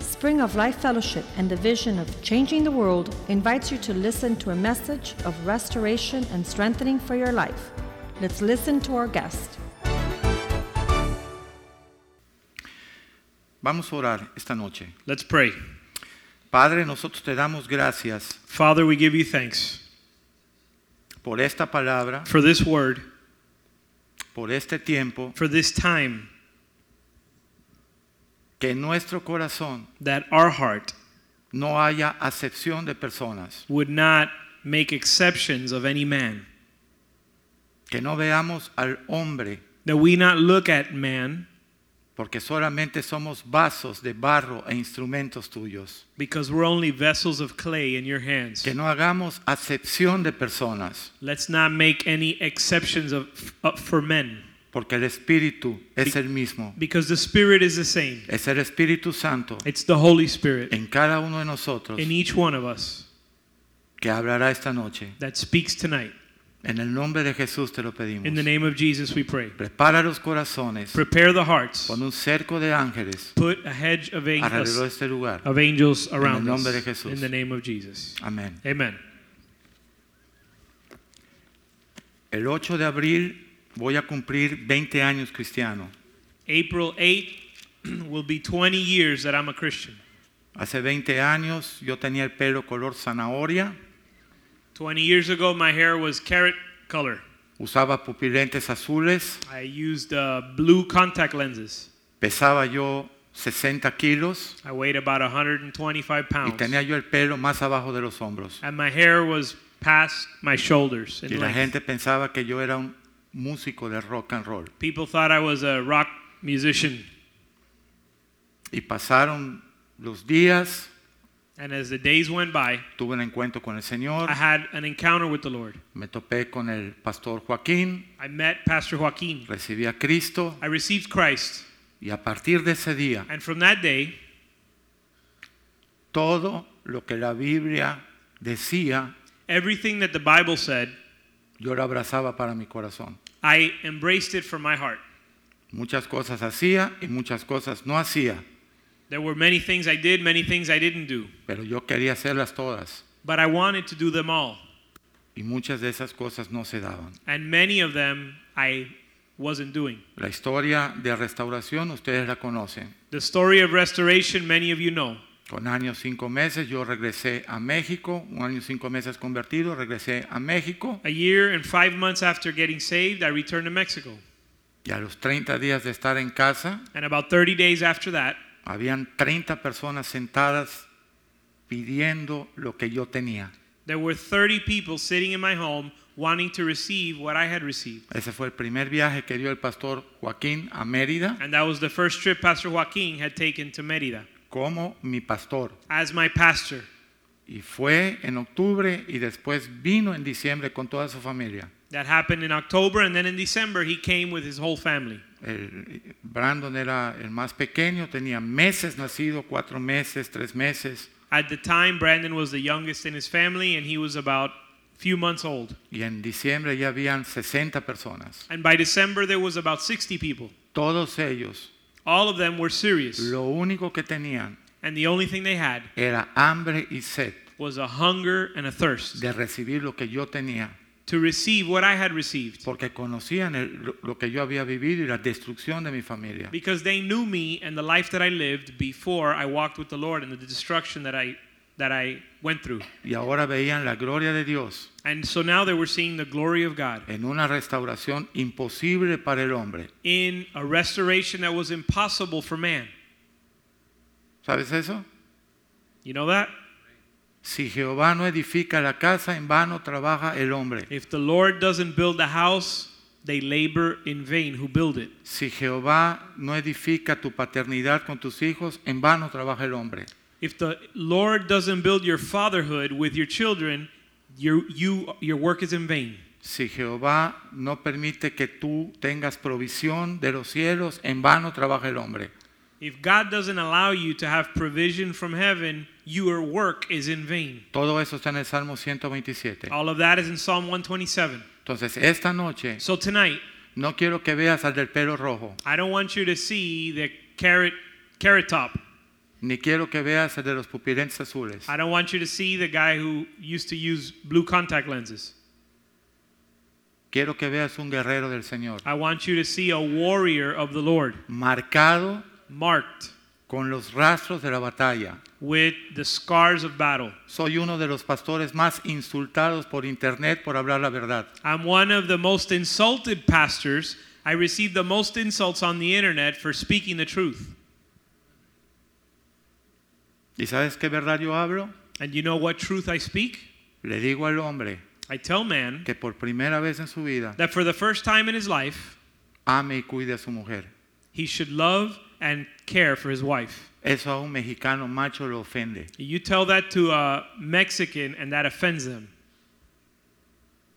Spring of Life Fellowship and the vision of changing the world invites you to listen to a message of restoration and strengthening for your life. Let's listen to our guest. Vamos a orar esta noche. Let's pray. Padre, nosotros te damos gracias Father, we give you thanks por esta palabra, for this word, por este tiempo, for this time que en nuestro corazón that our heart no haya acepción de personas, would not make exceptions of any man, que no veamos al hombre, that we not look at man porque solamente somos vasos de barro e instrumentos tuyos, because we're only vessels of clay in your hands. que no hagamos acepción de personas, Let's not make any exceptions of, uh, for men, porque el Espíritu es Be- el mismo, because the Spirit is the same. es el Espíritu Santo It's the Holy Spirit en cada uno de nosotros in each one of us que hablará esta noche. that speaks tonight. En el nombre de Jesús te lo pedimos. In the name of Jesus, we pray. Prepara los corazones Prepare the hearts. con un cerco de ángeles Put a hedge of ang- alrededor de este lugar. of angels around el us nombre de Jesús. in the name of Jesus. Amén. Amen. El 8 de abril voy a cumplir 20 años cristiano. April 8 will be 20 years that I'm a Christian. Hace 20 años yo tenía el pelo color zanahoria, 20 years ago, my hair was carrot color. usaba pupilentes azules, I used uh, blue contact lenses. pesaba yo 60 kilos I weighed about 125 y pounds. tenía yo el pelo más abajo de los hombros. And my hair was past my shoulders. Y In la length. gente pensaba que yo era un músico de rock and roll. People thought I was a rock musician. Y pasaron los días, And as the days went by, tuve un encuentro con el Señor, I had an encounter with the Lord. me topé con el pastor Joaquín, I met Pastor Joaquin. recibí a Cristo I received Christ. y a partir de ese día And from that day, todo lo que la Biblia decía, everything that the Bible said, yo lo abrazaba para mi corazón. I embraced it from my heart. Muchas cosas hacía y muchas cosas no hacía, There were many things I did, many things I didn't do, pero yo quería hacerlas todas but I wanted to do them all. y muchas de esas cosas no se daban. And many of them I wasn't doing. La historia de restauración ustedes la conocen. The story of restoration, many of you know. Con años cinco meses yo regresé a México, un año y cinco meses convertido, regresé a México A year and five months after getting saved, I returned to Mexico. y a los 30 días de estar en casa And about 30 days after that, habían 30 personas sentadas pidiendo lo que yo tenía. there were 30 people sitting in my home wanting to receive what I had received. Ese fue el primer viaje que dio el pastor Joaquín a Mérida And that was the first trip Pastor Joaquin had taken to Merida como mi pastor. as my pastor. Y fue en octubre y después vino en diciembre con toda su familia. That happened in October, and then in December, he came with his whole family. El- Brandon era el más pequeño, tenía meses nacido, cuatro meses, tres meses. At the time, Brandon was the youngest in his family, and he was about few months old. Y en diciembre ya habían 60 personas. And by December, there was about 60 people. Todos ellos, All of them were serious, lo único que tenían and the only thing they had era hambre y sed was a hunger and a thirst de recibir lo que yo tenía, to receive what I had received, porque conocían el- lo- lo que yo había vivido y la destrucción de mi familia. because they knew me and the life that I lived before I walked with the Lord and the destruction that I that I went through. Y ahora veían la gloria de Dios And so now they were seeing the glory of God en una restauración imposible para el hombre. in a restoration that was impossible for man. ¿Sabes eso? You know that? Si Jehová no edifica la casa, en vano trabaja el hombre. If the Lord doesn't build the house, they labor in vain who build it. Si Jehová no edifica tu paternidad con tus hijos, en vano trabaja el hombre. If the Lord doesn't build your fatherhood with your children, your, you, your work is in vain. Si Jehová no permite que tú tengas provisión de los cielos, en vano trabaja el hombre. If God doesn't allow you to have provision from heaven, your work is in vain. Todo eso está en el Salmo 127. All of that is in Psalm 127. Entonces, esta noche So tonight, no quiero que veas al del pelo rojo. I don't want you to see the carrot, carrot top. Ni quiero que veas el de los pupilentes azules. I don't want you to see the guy who used to use blue contact lenses. Quiero que veas un guerrero del Señor. I want you to see a warrior of the Lord, Marcado marked con los rastros de la batalla. with the scars of battle. Soy uno de los pastores más insultados por internet por hablar la verdad. I'm one of the most insulted pastors. I received the most insults on the internet for speaking the truth. ¿Y sabes qué verdad yo hablo? And you know what truth I speak? Le digo al hombre I tell man que por primera vez en su vida that for the first time in his life, ame y cuide a su mujer. he should love and care for his wife. Eso a un mexicano macho lo ofende. You tell that to a Mexican and that offends them.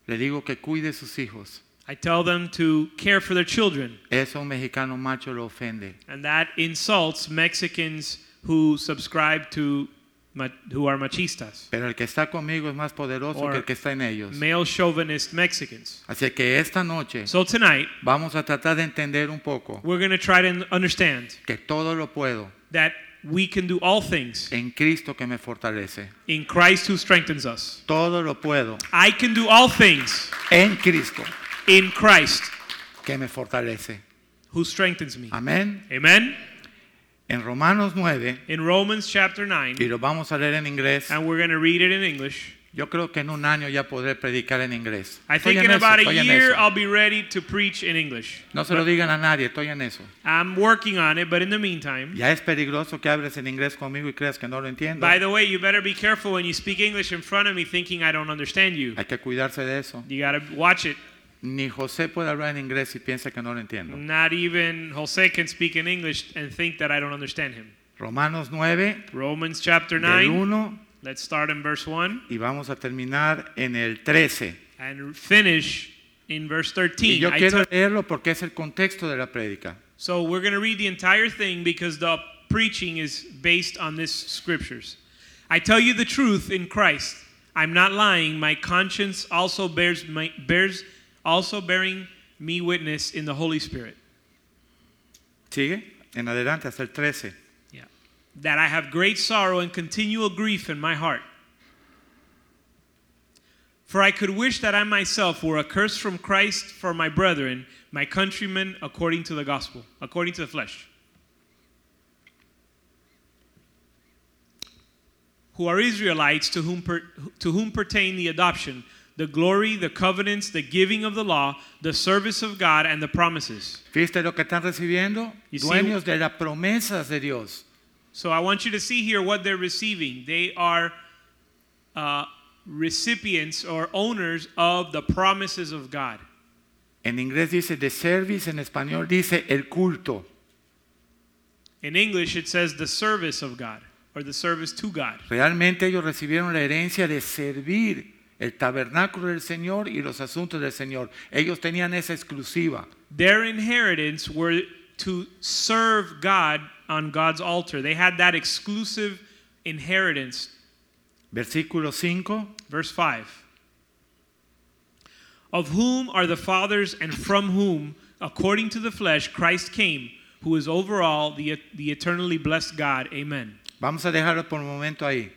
Le digo que cuide a sus hijos. I tell them to care for their children Eso a un mexicano macho lo ofende. and that insults Mexicans who subscribe to ma- who are machistas, Pero el que está conmigo es más poderoso Or- que el que está en ellos. male chauvinist Mexicans. Así que esta noche So tonight, vamos a tratar de entender un poco we're going to try to understand que todo lo puedo that we can do all things en Cristo que me fortalece. in Christ who strengthens us. Todo lo puedo I can do all things en Cristo in Christ que me fortalece. who strengthens me. Amén. Amen. En Romanos 9, In Romans chapter 9, y lo vamos a leer en inglés, and we're going to read it in English. yo creo que en un año ya podré predicar en inglés. I Estoy think en in eso, about a estoy en year eso. I'll be ready to preach in English. No se lo digan a nadie, estoy en eso. I'm working on it, but in the meantime, Ya es peligroso que hables en inglés conmigo y creas que no lo entiendo. by the way, you better be careful when you speak English in front of me thinking I don't understand you. Hay que cuidarse de eso. You got to watch it. Ni José puede hablar en inglés y piensa que no lo entiendo. Not even Jose can speak in English and think that I don't understand him. Romanos 9, Romans chapter del 9. 1 Let's start in verse 1 y vamos a terminar en el 13. and finish in verse Y 13. yo I quiero took- leerlo porque es el contexto de la prédica. so we're going to read the entire thing because the preaching is based on this scriptures. I tell you the truth in Christ. I'm not lying. My conscience also bears my, bears also bearing me witness in the Holy Spirit. ¿Sigue? En adelante hasta el 13. Yeah. That I have great sorrow and continual grief in my heart. For I could wish that I myself were accursed from Christ for my brethren, my countrymen, according to the gospel, according to the flesh, who are Israelites, to whom, per, to whom pertain the adoption, the glory, the covenants, the giving of the law, the service of God, and the promises. ¿Viste lo que están recibiendo? You see- Dueños de las promesas de Dios. So I want you to see here what they're receiving. They are uh, recipients or owners of the promises of God. En inglés dice the service, en español dice el culto. In English, it says the service of God or the service to God. Realmente ellos recibieron la herencia de servir el tabernáculo del Señor y los asuntos del Señor. Ellos tenían esa exclusiva. Their inheritance were to serve God on God's altar. They had that exclusive inheritance Versículo 5. Verse 5 Of whom are the fathers, and from whom, according to the flesh, Christ came, who is over all the, the eternally blessed God. Amen. Vamos a dejarlo por un momento ahí.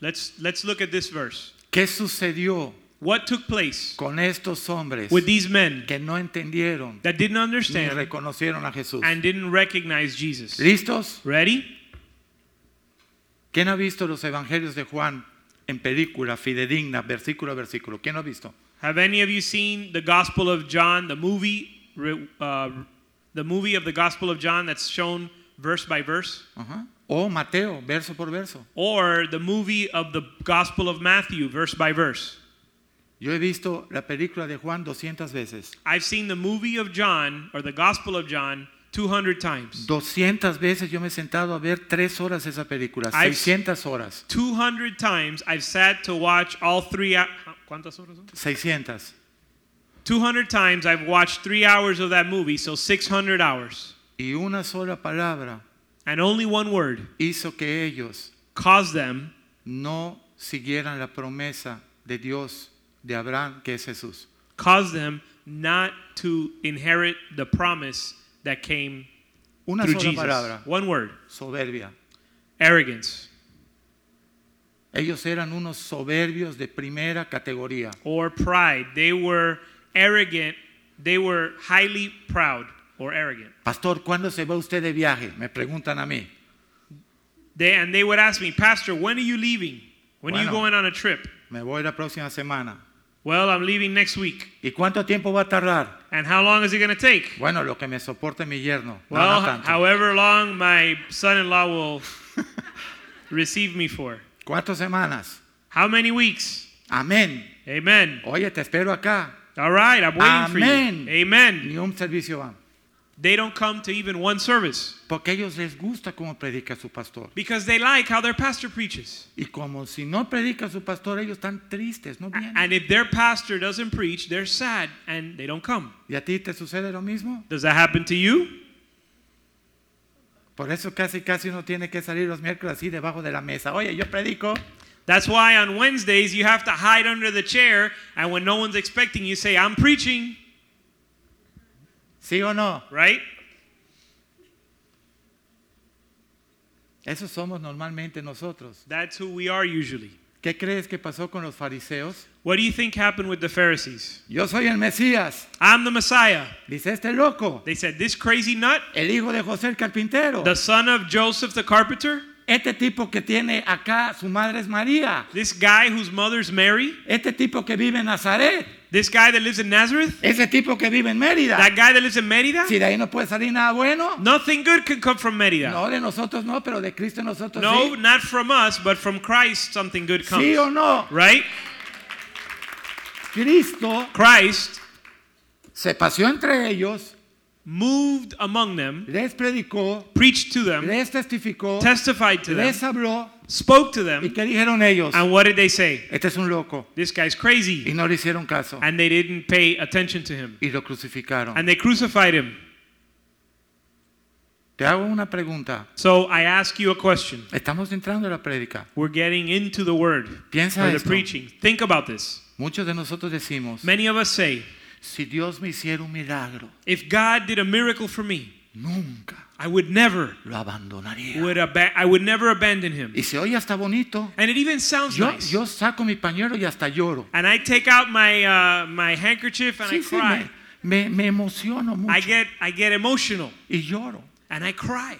Let's, let's look at this verse. ¿Qué sucedió What took place con estos hombres with these men que no entendieron that didn't ni understand reconocieron a Jesús? and didn't recognize Jesus? ¿Listos? Ready? ¿Quién ha visto los evangelios de Juan en película, fidedigna, versículo a versículo? ¿Quién lo ha visto? Have any of you seen the Gospel of John, the movie, re- uh, the movie of the Gospel of John that's shown verse by verse? Ajá. O Mateo, verso por verso. or the movie of the Gospel of Matthew, verse by verse. Yo he visto la película de Juan 200 veces. I've seen the movie of John or the Gospel of John 200 times. 200 veces yo me he sentado a ver tres horas esa película, I've- 600 horas, 200 times I've sat to watch all three. hou- ¿Cuántas horas son? 600. 200 times I've watched three hours of that movie, so 600 hours. Y una sola palabra And only one word hizo que ellos caused them no siguieran la promesa de Dios, de Abraham, que es Jesús. caused them not to inherit the promise that came Una through sola Jesus. palabra, One word, soberbia. arrogance, Ellos eran unos soberbios de primera categoría. or pride. They were arrogant. They were highly proud or arrogant. Pastor, ¿cuándo se va usted de viaje? Me preguntan a mí. They, and they would ask me, Pastor, when are you leaving? When are you Bueno. going on a trip? Me voy la próxima semana. Well, I'm leaving next week. ¿Y cuánto tiempo va a tardar? And how long is it going to take? Bueno, lo que me soporte mi yerno. No, Well, no h- tanto. however long my son in law will receive me for. ¿Cuántas semanas? How many weeks? Amén. Amen. Oye, te espero acá. All right, I'm waiting Amén. for you. Amen. Ni un servicio van. They don't come to even one service Porque a ellos les gusta cómo predica su pastor. because they like how their pastor preaches. Y como si no predica su pastor, ellos están tristes, no A- vienen. And if their pastor doesn't preach, they're sad and they don't come. ¿Y a ti te sucede lo mismo? Does that happen to you? Por eso casi casi uno tiene que salir los miércoles así debajo de la mesa. Oye, yo predico. That's why on Wednesdays you have to hide under the chair, and when no one's expecting you, say, I'm preaching, ¿Sí o no? right? Eso somos normalmente nosotros. That's who we are usually. ¿Qué crees que pasó con los fariseos? What do you think happened with the Pharisees? Yo soy el Mesías. I'm the Messiah. Dice este loco. They said, This crazy nut, El hijo de José el carpintero. the son of Joseph the carpenter, Este tipo que tiene acá, su madre es María. this guy whose mother's Mary, Este tipo que vive en Nazaret. this guy that lives in Nazareth, Ese tipo que vive en Mérida. that guy that lives in Merida. Si de ahí no puede salir nada bueno. Nothing good can come from Merida. No, de nosotros no, pero de Cristo en nosotros No, sí. not from us, but from Christ something good Sí o comes. no. Right? Cristo Christ se paseó entre ellos, moved among them, les predicó, preached to them, les testificó, testified to them, les habló. spoke to ¿Y them, qué dijeron ellos? and what did they say? Este es un loco. This guy's Y crazy. no le hicieron caso. And they didn't pay attention to him. Y lo crucificaron. And they crucified him. Te hago una pregunta. So I ask you a question. Estamos entrando a la prédica. We're getting into the word Piensa or the esto. preaching. Think about this. Muchos de nosotros decimos, Many of us say, si Dios me hiciera un milagro, if God did a miracle for me, nunca I would never lo abandonaría. would aba- I would never abandon him. Y se oye hasta bonito. And it even sounds Yo, nice. yo saco mi pañuelo y hasta lloro. And I take out my uh, my handkerchief and Sí, I sí, cry. me, me- me emociono mucho I get I get emotional y lloro. and I cry.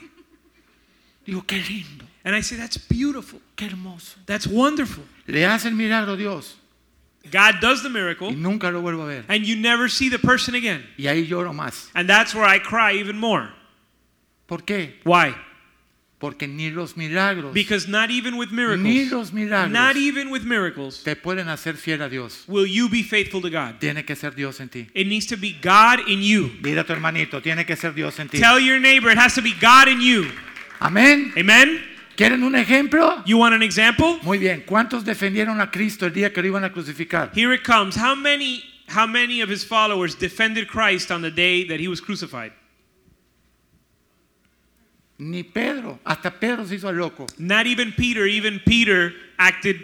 Digo, qué lindo, And I say that's beautiful. qué hermoso. That's wonderful. Le hace el milagro Dios God does the y miracle nunca lo vuelvo a ver. and you never see the person again. Y ahí lloro más. And that's where I cry even more. ¿Por qué? Why? Porque ni los milagros, Because not even with ni miracles, los milagros not even with miracles te pueden hacer fiel a Dios. will you be faithful to God. Tiene que ser Dios en ti. It needs to be God in you. Mira a tu hermanito, tiene que ser Dios en ti. Tell your neighbor it has to be God in you. Amén. Amen. ¿Quieren un ejemplo? You want an example? Muy bien, ¿cuántos defendieron a Cristo el día que lo iban a crucificar? Here it comes. How many how many of his followers defended Christ on the day that he was crucified? Ni Pedro, hasta Pedro se hizo al loco. Not even Peter, even Peter acted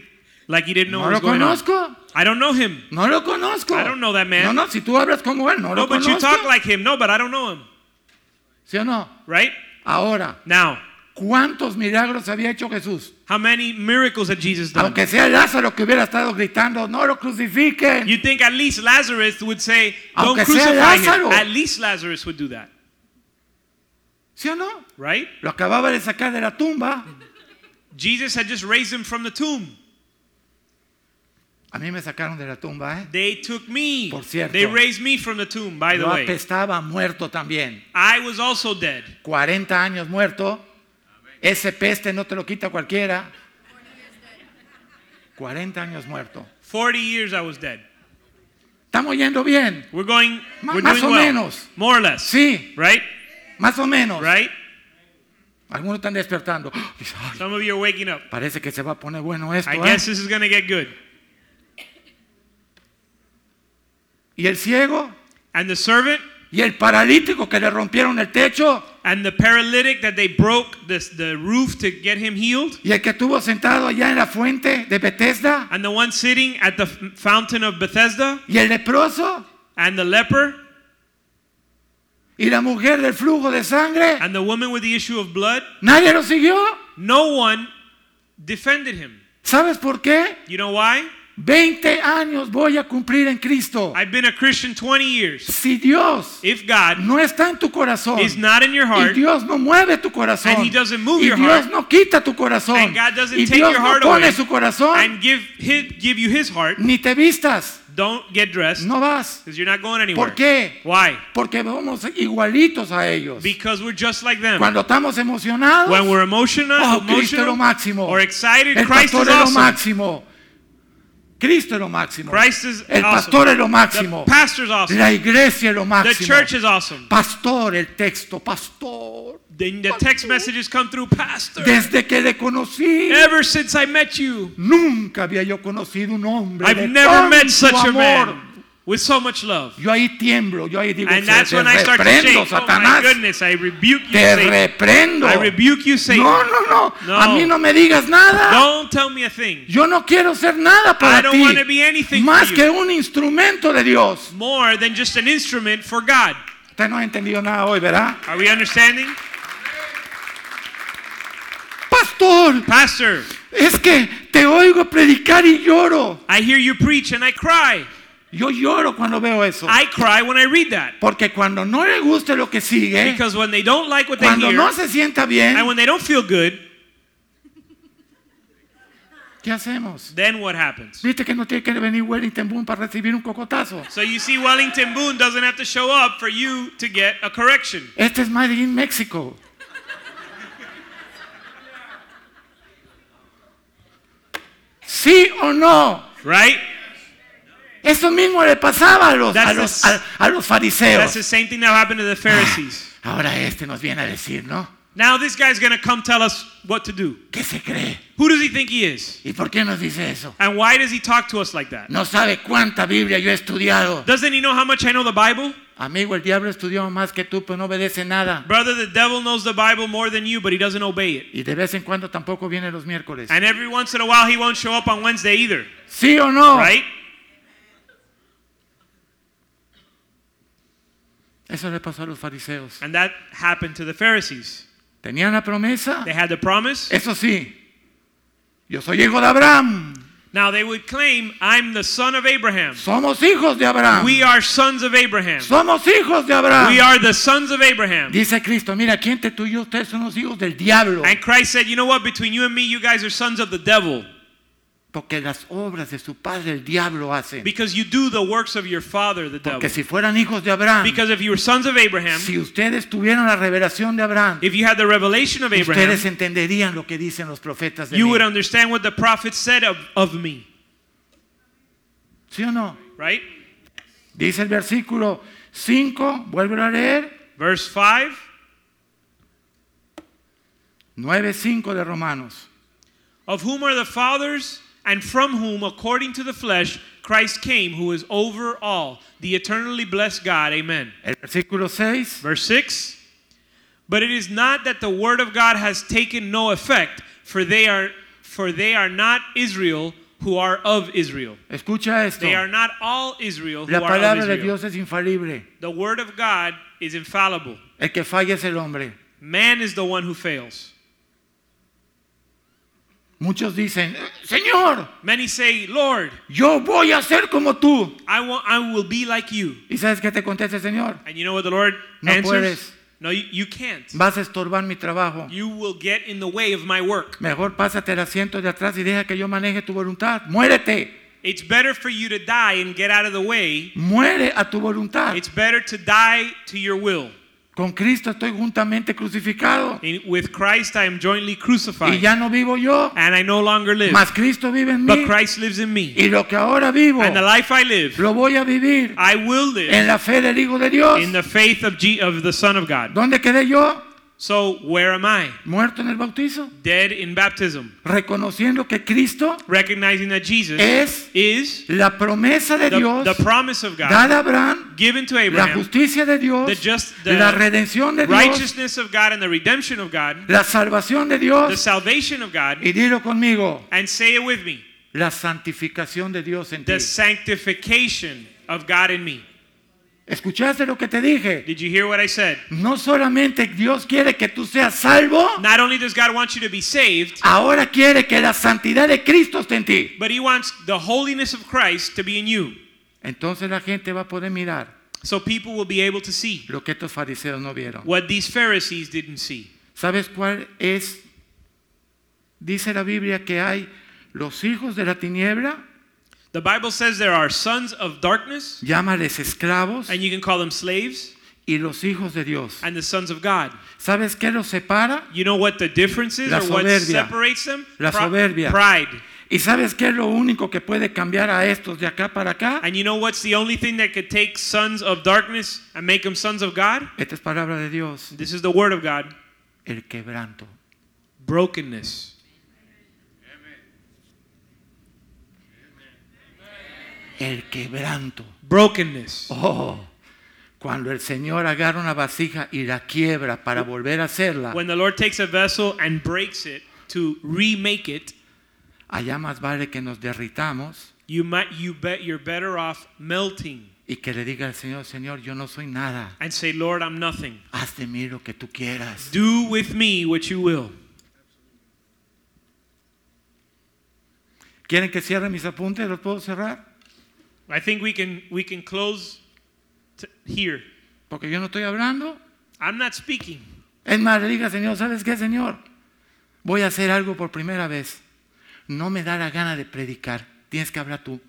like he didn't know No, what lo was going on. conozco, I don't know him. no lo conozco. I don't know that man. No, no, si tú hablas como él, no No, lo but you conozco. talk like him. No, but I don't know him. ¿Sí o no? Right? Ahora, Now, ¿cuántos milagros había hecho Jesús? how many miracles had Jesus done? Aunque sea Lázaro que hubiera estado gritando, no lo crucifiquen. You think at least Lazarus would say, Don't Aunque sea crucify him. Lázaro. At least Lazarus would do that. ¿Sí o no? Right? Lo acababa de sacar de la tumba. Jesus had just raised him from the tomb. A mí me sacaron de la tumba, ¿eh? They took me. Por cierto. They raised me from the tomb, by the Yo way. apestaba muerto también. I was also dead. 40 años muerto. Ese peste no te lo quita cualquiera. 40 años muerto. 40 years I was dead. Estamos yendo bien, We're going, Ma- we're más doing o well. menos. More or less. Sí. Right? más o menos. Right? Algunos están despertando. Dice, "Ay, Some of you are waking up. parece que se va a poner bueno esto. I ¿eh?". guess this is going to get good. Y el ciego And the servant y el paralítico que le rompieron el techo and the paralytic that they broke this, the roof to get him healed. y el que estuvo sentado allá en la fuente de Bethesda And the one sitting at the f- fountain of Bethesda y el leproso and the leper y la mujer del flujo de sangre. and the woman with the issue of blood. Nadie lo siguió. no one defended him. ¿Sabes por qué? You know why? 20 años voy a cumplir en Cristo. I've been a Christian 20 years. Si Dios If God no está en tu corazón is not in your y heart, Dios no mueve tu corazón And he doesn't move y your Dios heart, no quita tu corazón and God doesn't y take Dios your no heart pone away, su corazón and give his, give you his heart, ni te vistas, don't get dressed no vas. because you're not going ¿Por anywhere. qué? Why? Porque vamos igualitos a ellos. Because we're just like them. Cuando estamos emocionados, When we're emotional, oh, Cristo es lo emotional máximo. or excited, el Christ pastor is es lo awesome. máximo. Cristo es lo máximo. Christ is el awesome. pastor es lo The máximo. pastor's awesome. La iglesia es lo The máximo. church is awesome. Pastor, el texto, pastor. The, the text messages come through, Pastor. Desde que le conocí, Ever since I met you, nunca había yo conocido un hombre de I've never met tanto such a amor. man with so much love. Yo ahí tiemblo, yo ahí digo, And "Se- that's te when I start to reprendo, shake. Oh my Satanás, goodness, I rebuke you, te Satan. reprendo. I rebuke you, Satan. No, no, no, No. a mí no me digas nada. Don't tell me a thing. Yo no quiero ser nada I para don't ti, wanna be anything más for you. que un instrumento de Dios. More than just an instrument for God. Usted no ha entendido nada hoy, ¿verdad? Are we understanding? Pastor, Pastor, es que te oigo predicar y lloro. I hear you preach and I cry. Yo lloro cuando veo eso. I cry when I read that. Porque cuando no le guste lo que sigue, Because when they don't like what they cuando hear, no se sienta and bien, when they don't feel good, ¿qué hacemos? then what happens? Viste que no tiene que venir Wellington Boone para recibir un cocotazo. So you see, Wellington Boone doesn't have to show up for you to get a correction. Este es Made in Mexico. ¿Sí o no? Right? Eso mismo le pasaba a los, a That's los, the- a- a los That's fariseos. the same thing that happened to the Pharisees. Ahora este nos viene a decir, ¿no? Now this guy's going to come tell us what to do. ¿Qué se cree? Who does he think he is? ¿Y por qué nos dice eso? And why does he talk to us like that? No sabe cuánta Biblia yo he estudiado. Doesn't he know how much I know the Bible? Amigo, el diablo estudió más que tú, pero no obedece nada. Brother, the devil knows the Bible more than you, but he doesn't obey it. Y de vez en cuando tampoco viene los miércoles. And every once in a while, he won't show up on Wednesday either. ¿Sí o no? Right? Eso le pasó a los fariseos. And that happened to the Pharisees. Tenían la promesa. They had the promise. Eso sí, yo soy hijo de Abraham. Now they would claim, I'm the son of Abraham. Somos hijos de Abraham. We are sons of Abraham. Somos hijos de Abraham. We are the sons of Abraham. Dice Cristo, mira, ¿quién te tú y yo? Ustedes son los hijos del diablo. And Christ said, You know what? Between you and me, you guys are sons of the devil Porque las obras de su padre el diablo hace. because you do the works of your father, the Porque devil. si fueran hijos de Abraham, Because if you were sons of Abraham, si ustedes tuvieran la revelación de Abraham, if you had the revelation of Abraham, ustedes entenderían lo que dicen los profetas de you would mí. understand what the prophet said of, of me. ¿Sí o no? Right? Dice el versículo 5, vuelvo a leer, Verse 5 9.5 de Romanos. Of whom are the fathers, and from whom, according to the flesh, Christ came, who is over all, the eternally blessed God. Amen. El versículo 6, Verse 6 But it is not that the word of God has taken no effect, for they are for they are not Israel who are of Israel. escucha esto. They are not all Israel who La are of palabra de Israel. Dios es infalible. The word of God is infallible. El que falla es el hombre. Man is the one who fails. Muchos dicen, Señor, Many say, "Lord, yo voy a ser como tú. I want I will be like you." ¿Y sabes qué te contesta el Señor? And you know what the Lord No answers? puedes. No, you, you can't. Vas a estorbar mi trabajo. You will get in the way of my work. Mejor pásate el asiento de atrás y deja que yo maneje tu voluntad. Muérete. It's better for you to die and get out of the way. Muere a tu voluntad. It's better to die to your will. Con Cristo estoy juntamente crucificado. In- with Christ I am jointly crucified, Y ya no vivo yo, and I no longer live, mas Cristo vive en but mí. Christ lives in me. Y lo que ahora vivo, And the life I live, lo voy a vivir I will live en la fe del Hijo de Dios. in the faith of, G- of the Son of God. ¿Dónde quedé yo? So where am I? Muerto en el bautizo. Dead in baptism, Reconociendo que Cristo recognizing that Jesus es is la promesa de the, Dios the promise of God dada a Abraham, given to la Abraham, justicia de Dios, the just- the la redención de Dios, righteousness of God and the redemption of God, la salvación de the Dios. salvation of God, Y dilo conmigo, and say it with me, la santificación de Dios en ti. the sanctification of God in me. ¿Escuchaste lo que te dije? Did you hear what I said? No solamente Dios quiere que tú seas salvo, Not only does God want you to be saved, ahora quiere que la santidad de Cristo esté en ti. but He wants the holiness of Christ to be in you. Entonces la gente va a poder mirar So people will be able to see lo que estos fariseos no vieron. what these Pharisees didn't see. ¿Sabes cuál es? Dice la Biblia que hay los hijos de la tiniebla, The Bible says there are sons of darkness, llámales esclavos, and you can call them slaves, y los hijos de Dios. and the sons of God. ¿Sabes qué los separa? You know what the difference is La or what soberbia. separates them? La soberbia. Pride. ¿Y sabes qué es lo único que puede cambiar a estos de acá para acá? And you know what's the only thing that could take sons of darkness and make them sons of God? Esta es palabra de Dios, This is the word of God. el quebranto. Brokenness. El quebranto. Brokenness. Oh, cuando el Señor agarra una vasija y la quiebra para volver a hacerla, When the Lord takes a vessel and breaks it to remake it, allá más vale que nos derritamos you might you bet you're better off melting y que le diga al Señor, Señor, yo no soy nada. and say, Lord, I'm nothing. Haz de mí lo que tú quieras. Do with me what you will. ¿Quieren que cierre mis apuntes? ¿Los puedo cerrar? I think we can we can close t- here. Porque yo no estoy hablando. I'm not speaking. Es más, le diga, Señor, ¿sabes qué, Señor? Voy a hacer algo por primera vez. No me da la gana de predicar. Tienes que hablar tú.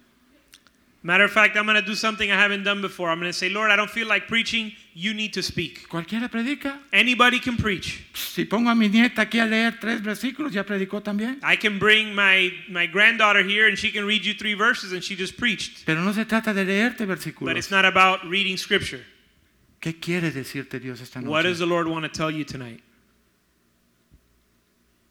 Matter of fact, I'm going to do something I haven't done before. I'm going to say, Lord, I don't feel like preaching. You need to speak. Cualquiera predica. Anybody can preach. Si pongo a mi nieta aquí a leer tres versículos, ya predicó también. I can bring my, my granddaughter here and she can read you three verses and she just preached. Pero no se trata de leerte But it's versículos. not about reading scripture. ¿Qué quiere decirte Dios esta What does noche? the Lord want to tell you tonight?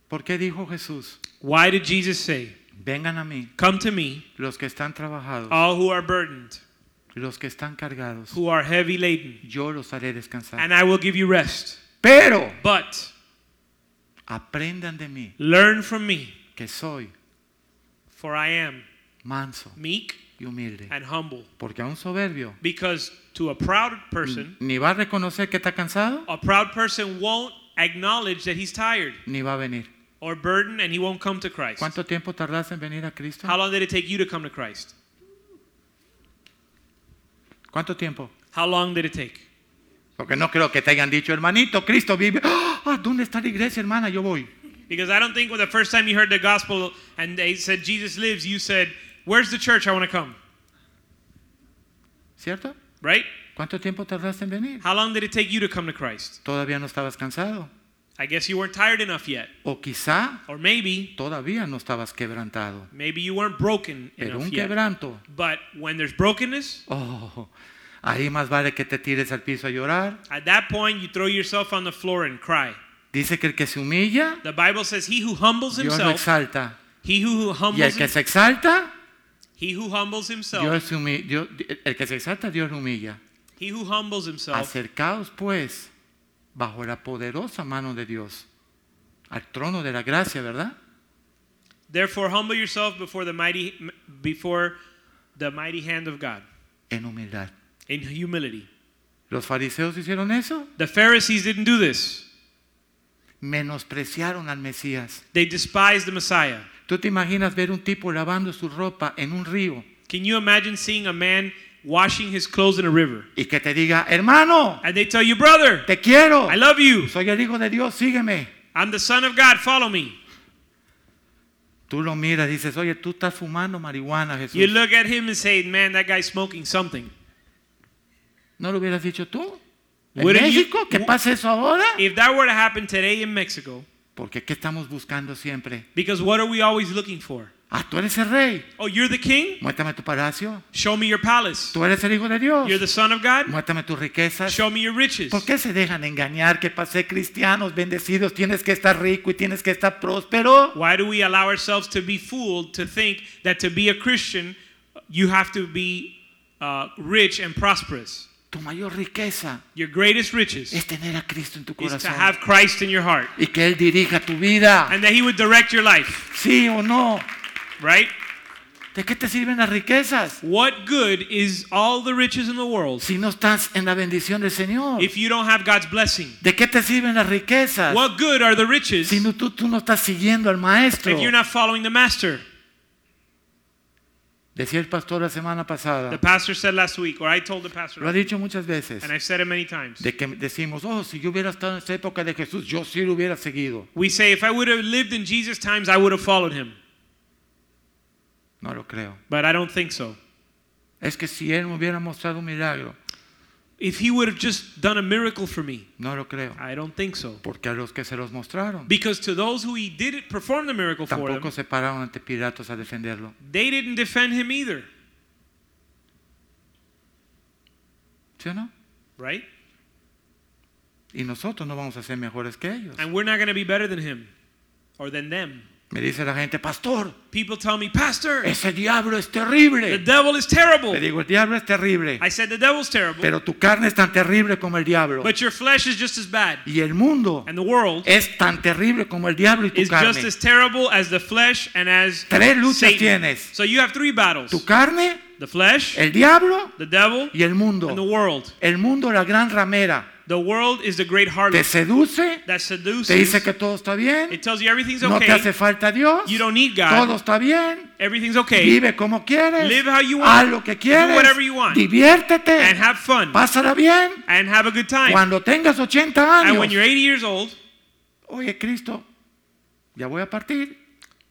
¿Por qué dijo Jesús? Why did Jesus say, Vengan a mí Come to me, los que están trabajados, all who are burdened, los que están cargados. who are heavy laden, Yo los haré descansar. and I will give you rest. Pero But aprendan de mí learn from me, que soy for I am manso meek y humilde. and humble. Porque a un soberbio Because to a proud person, ni va a reconocer que está cansado, A proud person won't acknowledge that he's tired ni va a venir. or burdened and he won't come to Christ. ¿Cuánto tiempo tardaste en venir a Cristo? How long did it take you to come to Christ? ¿Cuánto tiempo? How long did it take? Porque no creo que te hayan dicho, hermanito, Cristo vive. ¡Ah! ¿Dónde está la iglesia, hermana? Yo voy. Because I don't think when the first time you heard the gospel and they said Jesus lives, you said, Where's the church? I want to come. ¿Cierto? Right? ¿Cuánto tiempo tardaste en venir? How long did it take you to come to Christ? Todavía no estabas cansado. I guess you weren't tired enough yet. O quizá Or maybe, todavía no estabas quebrantado. maybe you weren't broken Pero un enough yet. quebranto. But when there's brokenness, Oh, ahí más vale que te tires al piso a llorar. at that point you throw yourself on the floor and cry. Dice que el que se humilla, The Bible says, He who humbles Dios lo himself, exalta. he Y who el humbles que se exalta, He who humbles himself, Dios se humi- Dios- el que se exalta, Dios lo humilla. he who humbles himself, Acercaos pues bajo la poderosa mano de Dios al trono de la gracia, ¿verdad? therefore humble yourself before the mighty before the mighty hand of God En humildad. in humility. Los fariseos hicieron eso, The Pharisees didn't do this. menospreciaron al Mesías. They despised the Messiah. ¿Tú te imaginas ver un tipo lavando su ropa en un río Can you imagine seeing a man washing his clothes in a river? y que te diga, hermano, And they tell you, "Brother, te quiero, I love you. soy el Hijo de Dios, sígueme? I'm the son of God. Follow me." Tú lo miras y dices, oye, tú estás fumando marihuana, You Jesús. look at him and say, "Man, that guy's smoking something." ¿No lo hubieras dicho tú? ¿En Wouldn't you- México? ¿Qué wo- pasa eso ahora? If that were to happen today in Mexico, Porque ¿qué estamos buscando siempre? because what are we always looking for? Ah, tú eres el rey. Oh, you're the king? Muéstrame tu palacio. Show me your palace. Tú eres el Hijo de Dios. You're the son of God? Muéstrame tus riquezas. Show me your riches. ¿Por qué se dejan engañar que para ser cristianos bendecidos tienes que estar rico y tienes que estar próspero? Why do we allow ourselves to be fooled to think that to be a Christian, you have to be uh, rich and prosperous? Tu mayor riqueza Your greatest riches es tener a Cristo en tu is to corazón have Christ in your heart y que Él dirija tu vida. and that He would direct your life, Sí o no. right? ¿De qué te sirven las riquezas What good is all the riches in the world si no estás en la bendición del Señor? if you don't have God's blessing? ¿De qué te sirven las riquezas What good are the riches si no- tú, tú no estás siguiendo al maestro? if you're not following the master? Decía el pastor la semana The pasada, pastor said last week, or I told the lo ha pastor, dicho muchas veces, and I've said it many times. de que decimos, oh, si yo hubiera estado en esa época de Jesús, yo sí lo hubiera seguido. We say, if I would have lived in Jesus' times, I would have followed him. No lo creo. But I don't think so. Es que si Él me hubiera mostrado un milagro, If he would have just done a miracle for me, no lo creo. I don't think so. Porque a los que se los mostraron, Because to those who he did it, perform the miracle for tampoco them, se pararon ante Pilatos a defenderlo. they didn't defend him either, ¿Sí o no? right? Y nosotros no vamos a ser mejores que ellos. And we're not going to be better than him or than them. Me dice la gente, pastor, People tell me, Pastor, ese diablo es the terrible. devil is Le terrible. digo, el diablo es terrible, I said, The devil's terrible, pero tu carne es tan terrible como el diablo. but your flesh is just as bad. Y el mundo And the world es tan terrible como el diablo y tu is just carne. as terrible as the flesh and as Tres luchas Satan. tienes. So you have three battles Tu carne, the flesh, el diablo the devil, y el and the mundo. world. El mundo, la gran ramera, The world is the great te harlot seduce, that te dice seduces. que todo está bien, It tells you everything's no te hace okay. falta Dios, You don't need todo God. está bien, Everything's okay. vive como quieres, Live how you want. haz lo que Do quieres, whatever you want. And diviértete, have fun. pásala bien. And have a good time. Cuando tengas 80 And when you're años, 80 years old, oye Cristo, ya voy a partir,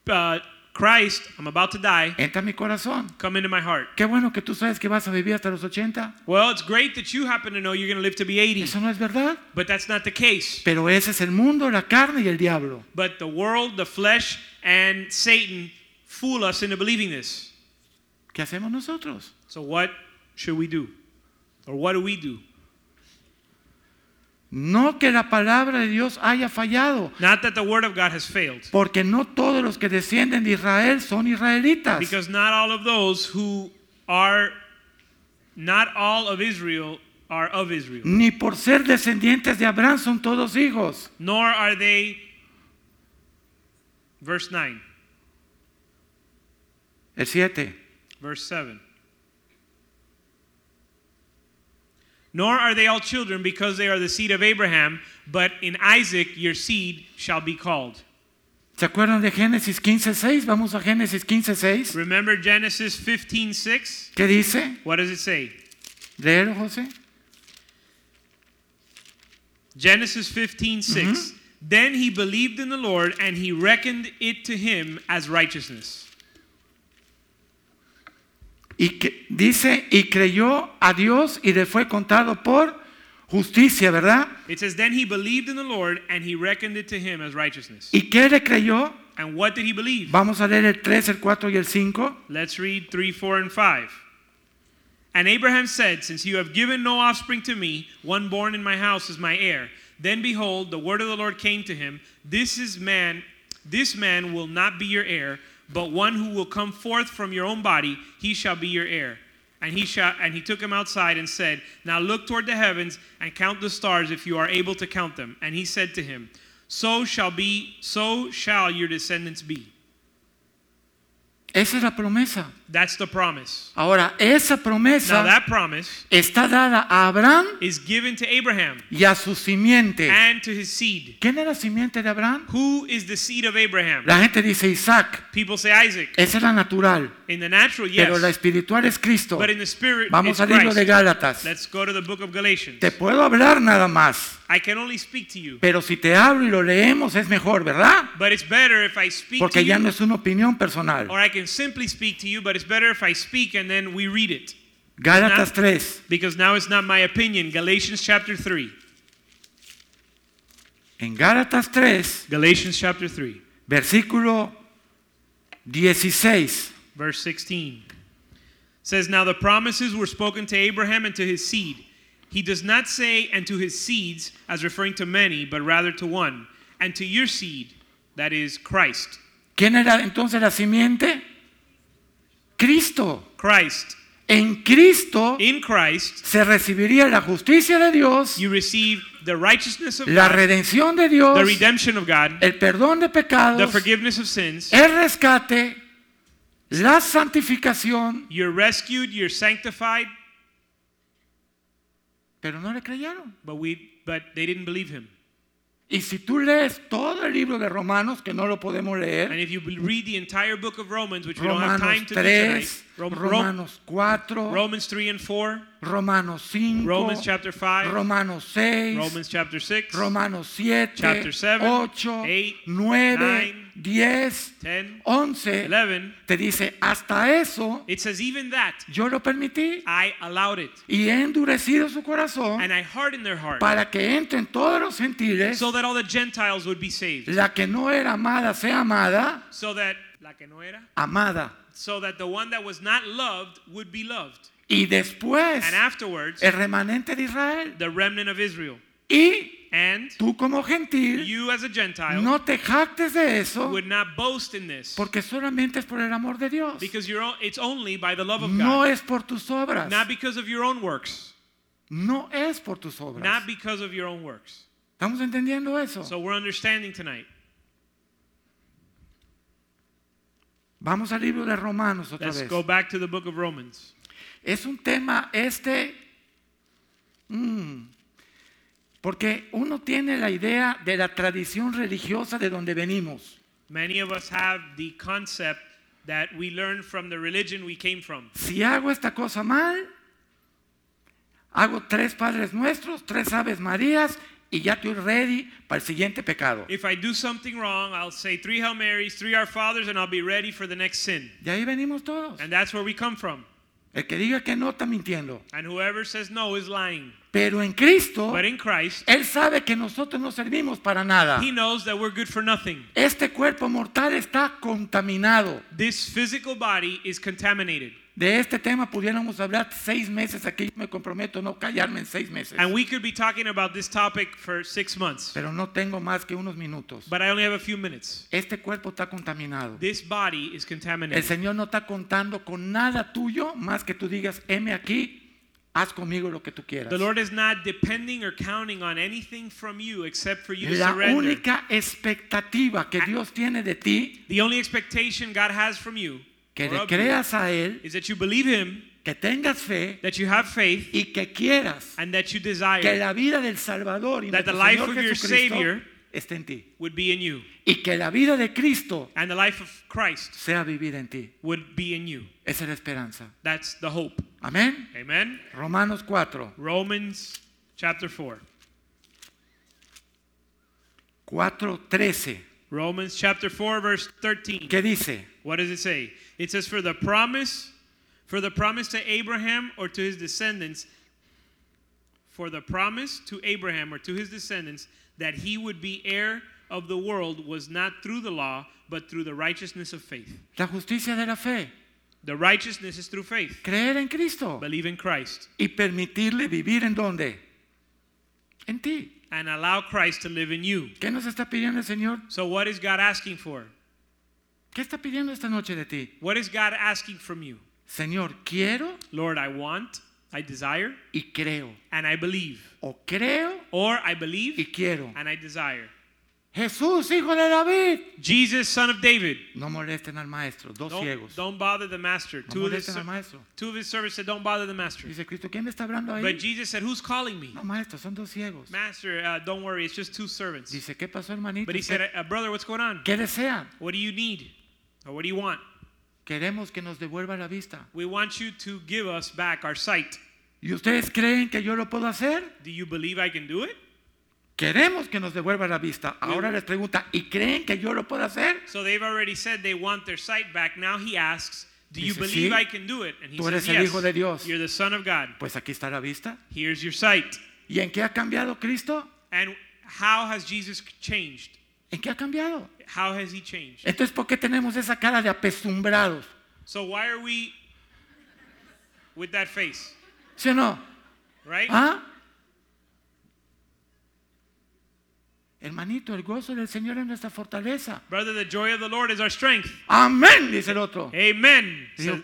uh, Christ, I'm about to die, entra a mi corazón. come into my heart. Qué bueno que tú sabes que vas a vivir hasta los 80. Well, it's great that you happen to know you're going to live to be 80, Eso no es verdad. but that's not the case. Pero ese es el mundo, la carne y el diablo. But the world, the flesh, and Satan fool us into believing this. ¿Qué hacemos nosotros? So, what should we do? Or what do we do? No que la palabra de Dios haya fallado, Not that the word of God has failed, porque no todos los que descienden de Israel son israelitas. because not all of those who are, not all of Israel are of Israel, Ni por ser descendientes de Abraham son todos hijos. nor are they, verse 9, El 7. verse 7. Nor are they all children because they are the seed of Abraham, but in Isaac your seed shall be called. ¿Se acuerdan de Génesis 15:6? Vamos a Génesis 15:6. Remember Genesis 15 6? ¿Qué dice? What does it say? Léelo, José. Genesis 15 6. Then he believed in the Lord, and he reckoned it to him as righteousness. Y que, dice, y creyó a Dios y le fue contado por justicia, ¿verdad? It says, Then he believed in the Lord, and he reckoned it to him as righteousness. ¿Y qué le creyó? And what did he believe? Vamos a leer el 3, el 4 y el 5. Let's read 3, 4, and 5. And Abraham said, Since you have given no offspring to me, one born in my house is my heir. Then behold, the word of the Lord came to him, This is man, this man will not be your heir, but one who will come forth from your own body, he shall be your heir. And he shall and he took him outside and said, Now look toward the heavens and count the stars if you are able to count them. And he said to him, So shall be, so shall your descendants be. Esa es la promesa. That's the promise. Ahora, esa Now promesa that promise está dada a Abraham is given to Abraham y a su simiente. and to his seed. ¿Quién era simiente de Abraham? Who is the seed of Abraham? La gente dice Isaac. People say Isaac. Esa es la natural. In the natural, Pero la yes, espiritual es Cristo. but in the spirit, Vamos it's al libro de Christ. Gálatas. Let's go to the book of Galatians. Te puedo hablar nada más. I can only speak to you, Pero si te hablo y lo leemos es mejor, ¿verdad? but it's better if I speak to Porque ya you, no es una opinión personal. or I can simply speak to you, but it's better if I speak and then we read it. Gálatas 3. Because now it's not my opinion. Galatians chapter 3. En Gálatas 3, Galatians chapter 3. versículo 16. verse 16 says now the promises were spoken to abraham and to his seed he does not say and to his seeds as referring to many but rather to one and to your seed that is christ ¿Quién era entonces la simiente? Cristo. christ En Cristo in christ se recibiría la justicia de Dios, you receive the righteousness of la god redención de Dios, the redemption of god el perdón de the pecados, forgiveness of sins el rescate La santificación, You're rescued, you're sanctified, pero no le creyeron. but we but they didn't believe him. Y si tú lees todo el libro de Romanos, que no lo podemos And leer, if you be- read the entire book of Romans, which we don't have Romanos time to do 3, tonight, Rom- Rom- Romanos 4, Romans 3 and 4, Romanos 5, Romans chapter 5, Romanos 6, Romans chapter 6, Romanos 7, Chapter seven, 8, eight, 9, nine, 10, 10, 11, 11, te dice, hasta eso it says, Even that yo lo permití I allowed it, y he endurecido su corazón and I hardened their heart, para que entren todos los gentiles, so that all the Gentiles would be saved, la que no era amada sea amada, so that, la que no era, amada. so that the one that was not loved would be loved. Y después And afterwards, el remanente de Israel. the remnant of Israel. Y And tú como gentil, you, as a Gentile, no te jactes de eso, would not boast in this porque solamente es por el amor de Dios. because you're o- it's only by the love of No God, es por tus obras. not because of your own works, No es por tus obras. not because of your own works. ¿Estamos entendiendo eso? So we're understanding tonight. Vamos al libro de Romanos otra Let's vez. go back to the book of Romans. Es un tema este, mm, porque uno tiene la idea de la tradición religiosa de donde venimos. Many of us have the concept that we learn from the religion we came from. Si hago esta cosa mal, hago tres padres nuestros, tres aves marías y ya estoy ready para el siguiente pecado. If I do something wrong, I'll say three Hail Marys, three Our Fathers, and I'll be ready for the next sin. De ahí venimos todos. And that's where we come from. El que diga que no está mintiendo. And whoever says no is lying. Pero en Cristo, But in Christ, Él sabe que nosotros no servimos para nada. He knows that we're good for nothing. Este cuerpo mortal está contaminado. This physical body is contaminated. De este tema pudiéramos hablar seis meses aquí. Yo Me comprometo a no callarme en seis meses. And we could be talking about this topic for six months, Pero no tengo más que unos minutos. but I only have a few minutes. Este cuerpo está contaminado. This body is El contaminated. Señor no está contando con nada tuyo más que tú digas, heme aquí, haz conmigo lo que tú quieras. The Lord is not depending or counting on anything from you except for you to La surrender. única expectativa que Dios tiene de ti, The only expectation God has from you que or le of you, creas a Él, is that you believe Him, que tengas fe that you have faith, y que quieras and that you que desire la vida del Salvador y de That the tu life Señor of your Jesucristo Savior- esté en ti. would be in you, Y que la vida de Cristo and the life of Christ sea vivida en ti. would be in you. Esa es la esperanza. That's the hope. Amén. Amen. Romanos 4, Romans chapter 4. 4, 13. Romans chapter 4 verse 13. ¿Qué dice? What does it say? It says for the promise for the promise to Abraham or to his descendants for the promise to Abraham or to his descendants that he would be heir of the world was not through the law but through the righteousness of faith. La justicia de la fe. The righteousness is through faith. Creer en Cristo. Believe in Christ Y permitirle vivir en dónde? En ti. and allow Christ to live in you. ¿Qué nos está pidiendo el Señor? So what is God asking for? ¿Qué está pidiendo esta noche de ti? What is God asking from you? Señor, quiero Lord, I want, I desire, y creo. and I believe. O creo Or I believe y quiero. and I desire. Jesús, hijo de David. Jesus, son of David. No molesten al maestro, dos Don't, ciegos. don't bother the master. No Two of, his, molesten al ser- maestro. two of his servants said, Don't bother the master. Dice Cristo, ¿quién me está hablando ahí? But Jesus said, Who's calling me? No, maestro, son dos ciegos. Master, uh, don't worry, it's just two servants. Dice, ¿qué pasó, hermanito? But he ¿Qué- said, uh, Brother, what's going on? ¿Qué desea? What do you need? Or what do you want? Queremos que nos devuelva la vista. We want you to give us back our sight. ¿Y ustedes creen que yo lo puedo hacer? Do you believe I can do it? Queremos que nos devuelva la vista. Ahora les pregunta, ¿y creen que yo lo puedo hacer? So they've already said they want their sight back. Now he asks, Do you Dice, believe "Sí, I can do it? And he tú says, eres el Yes, Hijo de Dios." you're the Son of God. Pues aquí está la vista. Here's your sight. ¿Y en qué ha cambiado Cristo? And how has Jesus changed? ¿En qué ha cambiado? How has he changed? Entonces, ¿por qué tenemos esa cara de apesumbrados? So why are we with that face, ¿Sí o no? right? ¿Ah? Hermanito, el gozo del Señor es nuestra fortaleza. Brother, the joy of the Lord is our strength. Amén, dice el otro. Amen. Digo, So-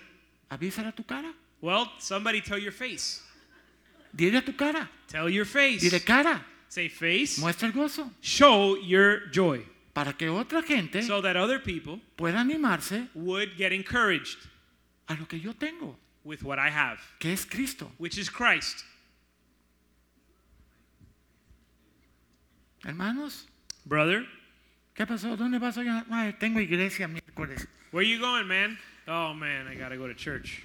avísala a tu cara. well, somebody tell your face. Dile a tu cara. Tell your face. Dile cara. Say face. Muestra el gozo. Show your joy. para que otra gente so that other people pueda animarse would get encouraged a lo que yo tengo, with what I have, que es Cristo. which is Christ. Hermanos, Brother, ¿qué pasó? ¿Dónde vas hoy? Ay, tengo iglesia miércoles. where you going, man? Oh man, I gotta go to church.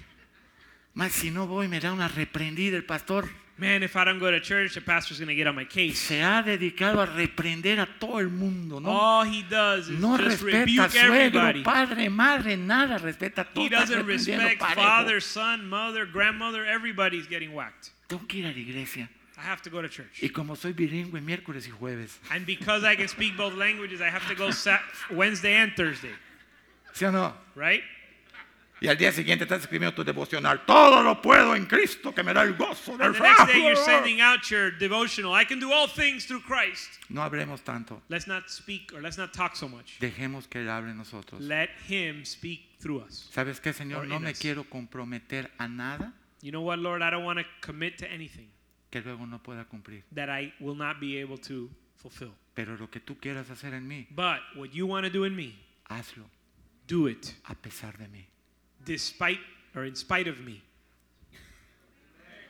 Mas si no voy, me da una reprendida el pastor. Man, if I don't go to church, the pastor's gonna get on my case. Se ha dedicado a reprender a todo el mundo, ¿no? All he does is no Oh, just respeta rebuke suegro, everybody. padre, madre, nada, respeta a todo. He está doesn't reprendiendo respect parejo. father, son, mother, grandmother. Everybody's getting whacked. Tengo que ir a la iglesia. I have to go to church. Y como soy bilingüe, miércoles y jueves. And because I can speak both languages, I have to go sa- Wednesday and Thursday, ¿Sí o no? right? Y al día siguiente estás escribiendo tu devocional. Todo lo puedo en Cristo que me da el gozo del And the next day you're Señor. sending out your devotional. I can do all things through Christ. No hablemos tanto. Let's not speak or let's not talk so much. Dejemos que Él hable en nosotros. Let Him speak through us. ¿Sabes qué, Señor? Or No in me us. quiero comprometer a nada You know what, Lord? I don't want to commit to anything que luego no pueda cumplir. that I will not be able to fulfill. Pero lo que tú quieras hacer en mí, But what you want to do in me, hazlo do it a pesar de mí. despite or in spite of me.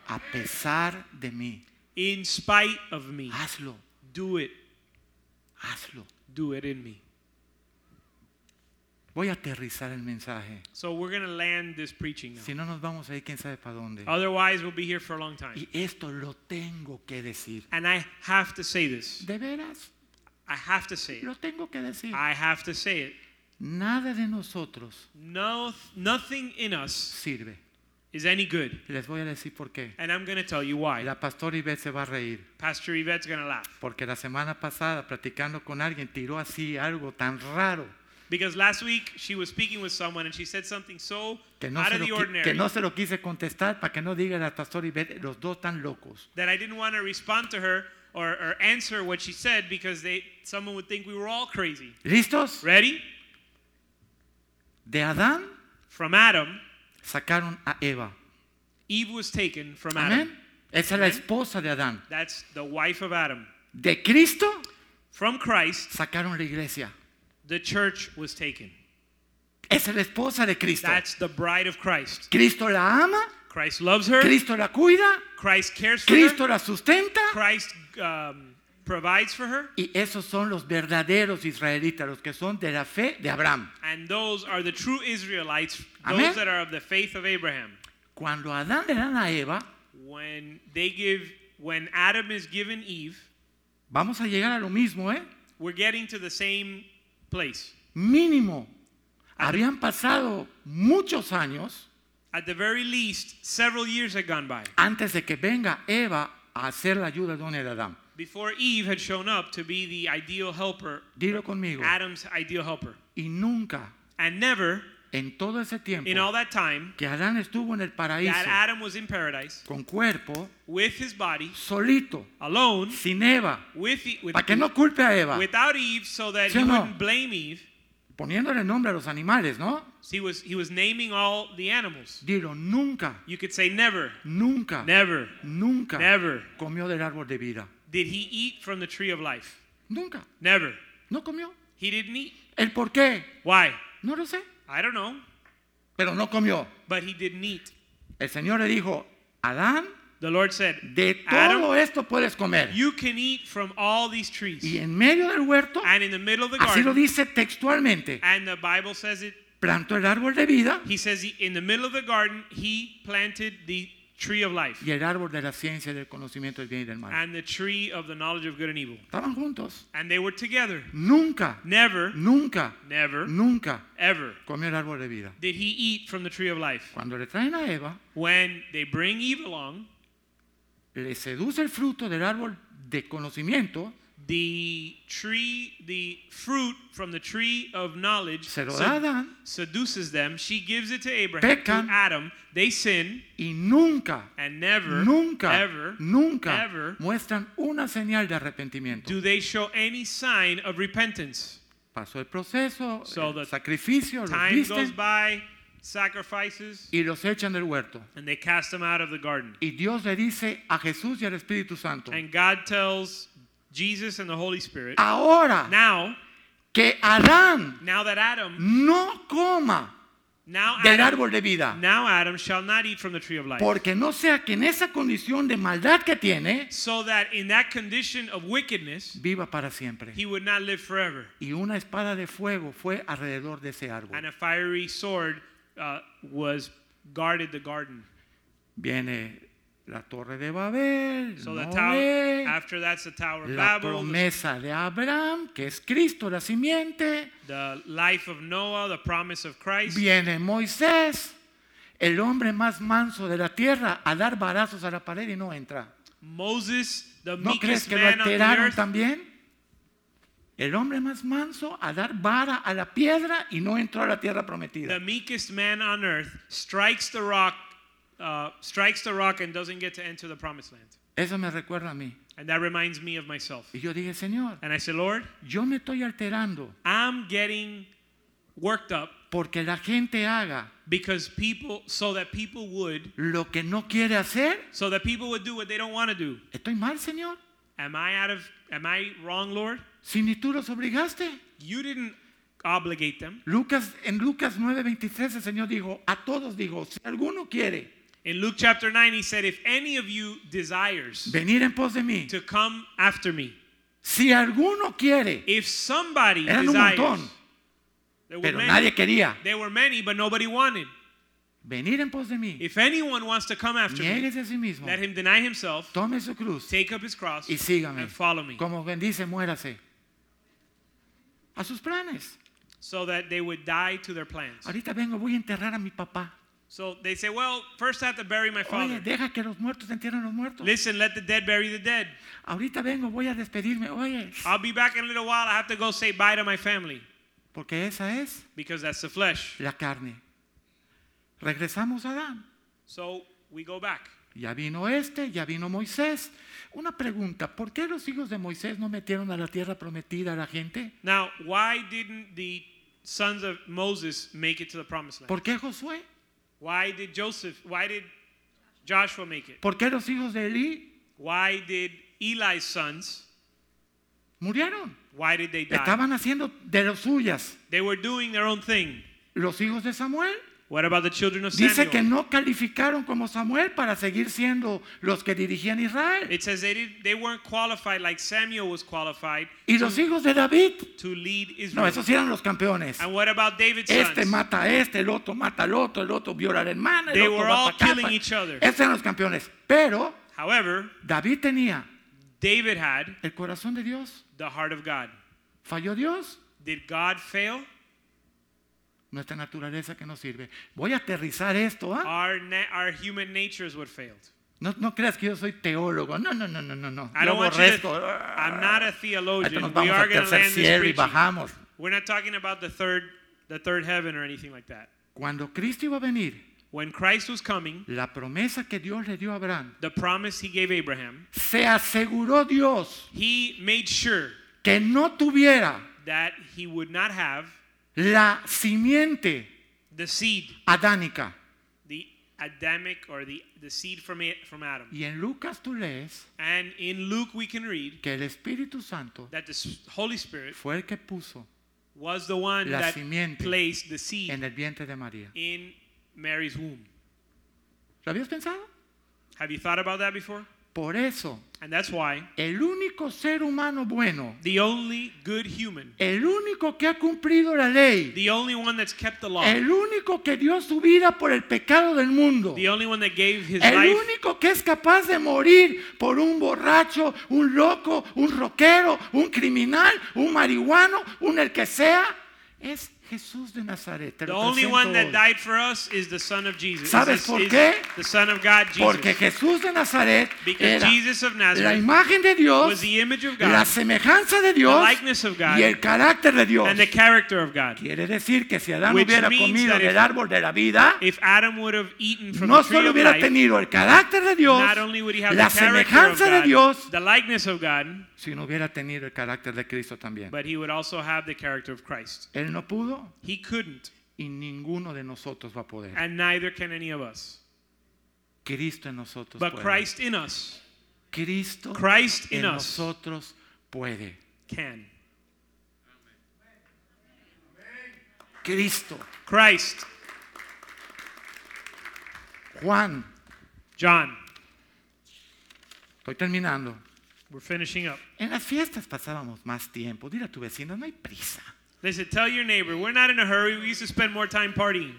A pesar de mí. In spite of me. Hazlo, Do it. hazlo. Do it in me. Voy a aterrizar el mensaje. So we're going to land this preaching now. Si no nos vamos ahí, quién sabe para dónde. Ah. Otherwise, we'll be here for a long time. Y esto lo tengo que decir. And I have to say this. De veras, I have to say it. lo tengo que decir. I have to say it. Nada de nosotros No, nothing in us sirve. is any good. Les voy a decir por qué. And I'm going to tell you why. La pastora Ivette se va a reír. Pastor Yvette's going to laugh. Porque la semana pasada, platicando con alguien, tiró así algo tan raro Because last week she was speaking with someone and she said something so que no, out se of lo, the qui- ordinary que no se lo quise contestar para que no diga la pastora Ivette, los dos tan locos. that I didn't want to respond to her or, or answer what she said because they, someone would think we were all crazy. ¿Listos? Ready? De Adán From Adam, sacaron a Eva. Eve was taken from Adam. Amén. Esa es la esposa de Adán. That's the wife of Adam. De Cristo From Christ, sacaron la iglesia. the church was taken. Esa es la esposa de Cristo. That's the bride of Christ. Cristo la ama, Christ loves her. Cristo la cuida, Christ cares for her. Cristo la sustenta. Christ um, provides for her, Y esos son los verdaderos israelitas, los que son de la fe de Abraham. and those are the true Israelites, those Amén. that are of the faith of Abraham. Cuando a Adán le dan a Eva, When they give, when Adam is given Eve, vamos a llegar a lo mismo, ¿eh? we're getting to the same place. Mínimo. Habían pasado muchos años At the very least, several years had gone by antes de que venga Eva a hacer la ayuda idónea de Adán. before Eve had shown up to be the ideal helper, Dilo conmigo. Adam's ideal helper, Y nunca and never en todo ese tiempo in all that time que Adán estuvo en el paraíso that Adam was in paradise con cuerpo, with his body solito, alone, sin Eva, with, E- with para que no culpe a Eva, without Eve, so that ¿Sí he o no? wouldn't blame Eve. poniéndole nombre a los animales, ¿no? So he was he was naming all the animals. Dilo, nunca, You could say never, nunca, never, nunca never comió del árbol de vida. did he eat from the tree of life. Nunca, Never. no comió. He didn't eat. ¿El por qué? Why? No lo sé, I don't know. pero no comió. But he didn't eat. El Señor le dijo, Adán, The Lord said, de todo Adam, esto puedes comer. you can eat from all these Y trees. en medio del huerto, And in the middle of the así lo garden, dice textualmente, and the Bible says it, plantó el árbol de vida he says he, in the middle of the garden, he planted the tree of life y el árbol de la ciencia y del conocimiento del bien y del mal. and the tree of the knowledge of good and evil. Estaban juntos. And they were together. Nunca, Never, nunca, never, nunca ever comió el árbol de vida. did he eat from the tree of life. Cuando le traen a Eva, When they bring Eve along, le seduce el fruto del árbol de conocimiento, the tree, the fruit from the tree of knowledge se lo sed- da a Adán seduces them. She gives it to Abraham, Pecan. to Adam. They sin y nunca, and never, nunca, ever, nunca ever muestran una señal de arrepentimiento. do they show any sign of repentance. Pasó el proceso, So el the sacrificio, los Time goes visten by, sacrifices, y los echan del huerto. and they cast them out of the garden. Y Dios le dice a Jesús y al Espíritu Santo, And God tells Jesus and the Holy Spirit, ahora now que Adán Now that Adam, no coma now del Adam, árbol de vida, now Adam shall not eat from the tree of life. porque no sea que en esa condición de maldad que tiene, so that in that condition of wickedness, viva para siempre. he would not live forever. Y una espada de fuego fue alrededor de ese And árbol. a fiery sword uh, was guarded the garden. Viene la torre de Babel, So the tower, Noé, after that's the Tower of la Babel, the, promesa de Abraham, que es Cristo, la simiente. the life of Noah, the promise of Christ. Viene Moisés, el hombre más manso de la tierra, a dar barazos a la pared y no entra. Moses, the ¿No crees meekest que lo man on the alteraron earth. también? El hombre más manso a dar vara a la piedra y no entró a la tierra prometida. The meekest man on earth strikes the rock, uh, strikes the rock, and doesn't get to enter the promised land. Eso me recuerda a mí. And that reminds me of myself. Y yo dije, Señor, And I said, Lord, yo me estoy alterando I'm getting worked up porque la gente haga because people, so that people would, lo que no quiere hacer. so that people would do what they don't want to do. Estoy mal, Señor. Am I out of? Am I wrong, Lord? Si ni tú los obligaste. You didn't obligate them. Lucas, en Lucas 9:23 el Señor dijo, a todos dijo, si alguno quiere In Luke chapter 9, he said, If any of you desires venir en pos de mí, to come after me, si alguno quiere, if somebody Eran un desires, montón. there were, pero many, nadie quería, there were many, but nobody wanted. venir en pos de mí, If anyone wants to come after me, nieguese a sí mismo, let him deny himself, tome su cruz take up his cross, y sígame. and follow me. Como quien dice, muérase. A sus planes. So that they would die to their plans. Ahorita vengo, voy a enterrar a mi papá. So they say, Well, first I have to bury my Oye, father. deja que los muertos entierren a los muertos. Listen, let the dead bury the dead. Ahorita vengo, voy a despedirme. Oye, I'll be back in a little while. I have to go say bye to my family porque esa es because that's the flesh. la carne. Regresamos a Adán. So we go back. Ya vino este, ya vino Moisés. Una pregunta, ¿por qué los hijos de Moisés no metieron a la tierra prometida a la gente? Now, why didn't the sons of Moses make it to the promised land? ¿Por qué Josué? Why did Joseph, why did Joshua make it? ¿Por qué los hijos de Elí Why did Eli's sons, murieron? why did they die? Estaban haciendo de las suyas. They were doing their own thing. Los hijos de Samuel. What about the children of Dice que Samuel? no calificaron como Samuel para seguir siendo los que dirigían Israel. It says they, did, they weren't qualified like Samuel was qualified Y los hijos de David. to lead No, Israel. esos sí eran los campeones. And what about David's Este sons? mata a este, el otro mata al otro, el otro viola a la hermana, el They otro were va all pa' acá, killing pa'- each other. Esos eran los campeones. Pero However, David tenía David had el corazón de Dios. the heart of God. ¿Falló Dios? Did God fail? Nuestra naturaleza que nos sirve. Voy a aterrizar esto, ¿ah? Our, na- our human natures would fail. No, no creas que yo soy teólogo. No, no, no, no, no. no. Yo I don't want you aborrezco. to. I'm not a Ahorita theologian. nos We vamos are al going to tercer land this cielo y preaching. bajamos. We're not talking about the third, the third heaven or anything like that. Cuando Cristo iba a venir, When Christ was coming, la promesa que Dios le dio a Abraham, the promise He gave Abraham, se aseguró Dios He made sure que no tuviera that He would not have la simiente the seed, adánica. the Adamic or the, the seed from it, from Adam. Y en Lucas tú lees And in Luke we can read que el Espíritu Santo that the S- Holy Spirit fue el que puso was the one La that simiente placed the seed en el vientre de María. in Mary's womb. ¿Lo habías pensado? Have you thought about that before? Por eso And that's why El único ser humano bueno, the only good human, el único que ha cumplido la ley, the only one that's kept the law, el único que dio su vida por el pecado del mundo, the only one that gave his el life, único que es capaz de morir por un borracho, un loco, un rockero, un criminal, un marihuano, un el que sea, es Jesús de Nazaret. Te the lo only presento one that hoy. died for us is the Son of Jesus. Is ¿Sabes this- por is qué? The Son of God, Jesus. Porque Jesús de Nazaret Because era Jesus of la Nazareth imagen de was Dios, the image of la God semejanza de Dios likeness of God y el carácter de Dios. and the character of God. Quiere decir que si Adán Which hubiera means comido that if- del árbol de la vida, If Adam would have eaten from no the tree solo of hubiera life, tenido el carácter de Dios, not only would he have la the character of semejanza de God, Dios, the likeness of God, sino hubiera tenido el carácter de Cristo también. but he would also have the character of Christ. Él no pudo He couldn't, y ninguno de nosotros va a poder. and neither can any of us. Cristo en nosotros But puede. Christ in us Cristo Christ in en us. nosotros puede. can. Cristo. Christ, Juan, John. estoy terminando. We're finishing up. En las fiestas pasábamos más tiempo. Dile a tu vecino, no hay prisa. Listen, tell your neighbor, we're not in a hurry. We used to spend more time partying.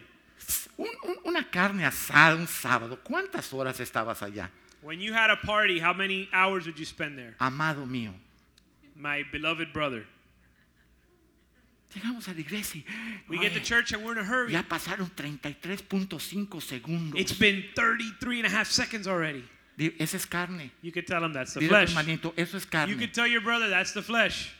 Un- un- una carne asada un sábado. ¿Cuántas horas estabas allá? When you had a party, how many hours would you spend there? Amado mío. My beloved brother. Llegamos a la iglesia y We get to "Oye, church and we're in a hurry. ya pasaron 33.5 segundos. It's been 33 and a half seconds already. Di- Esa es carne. You could tell him that's the Dile a tu flesh. hermanito, eso es You carne. could tell your brother that's the flesh.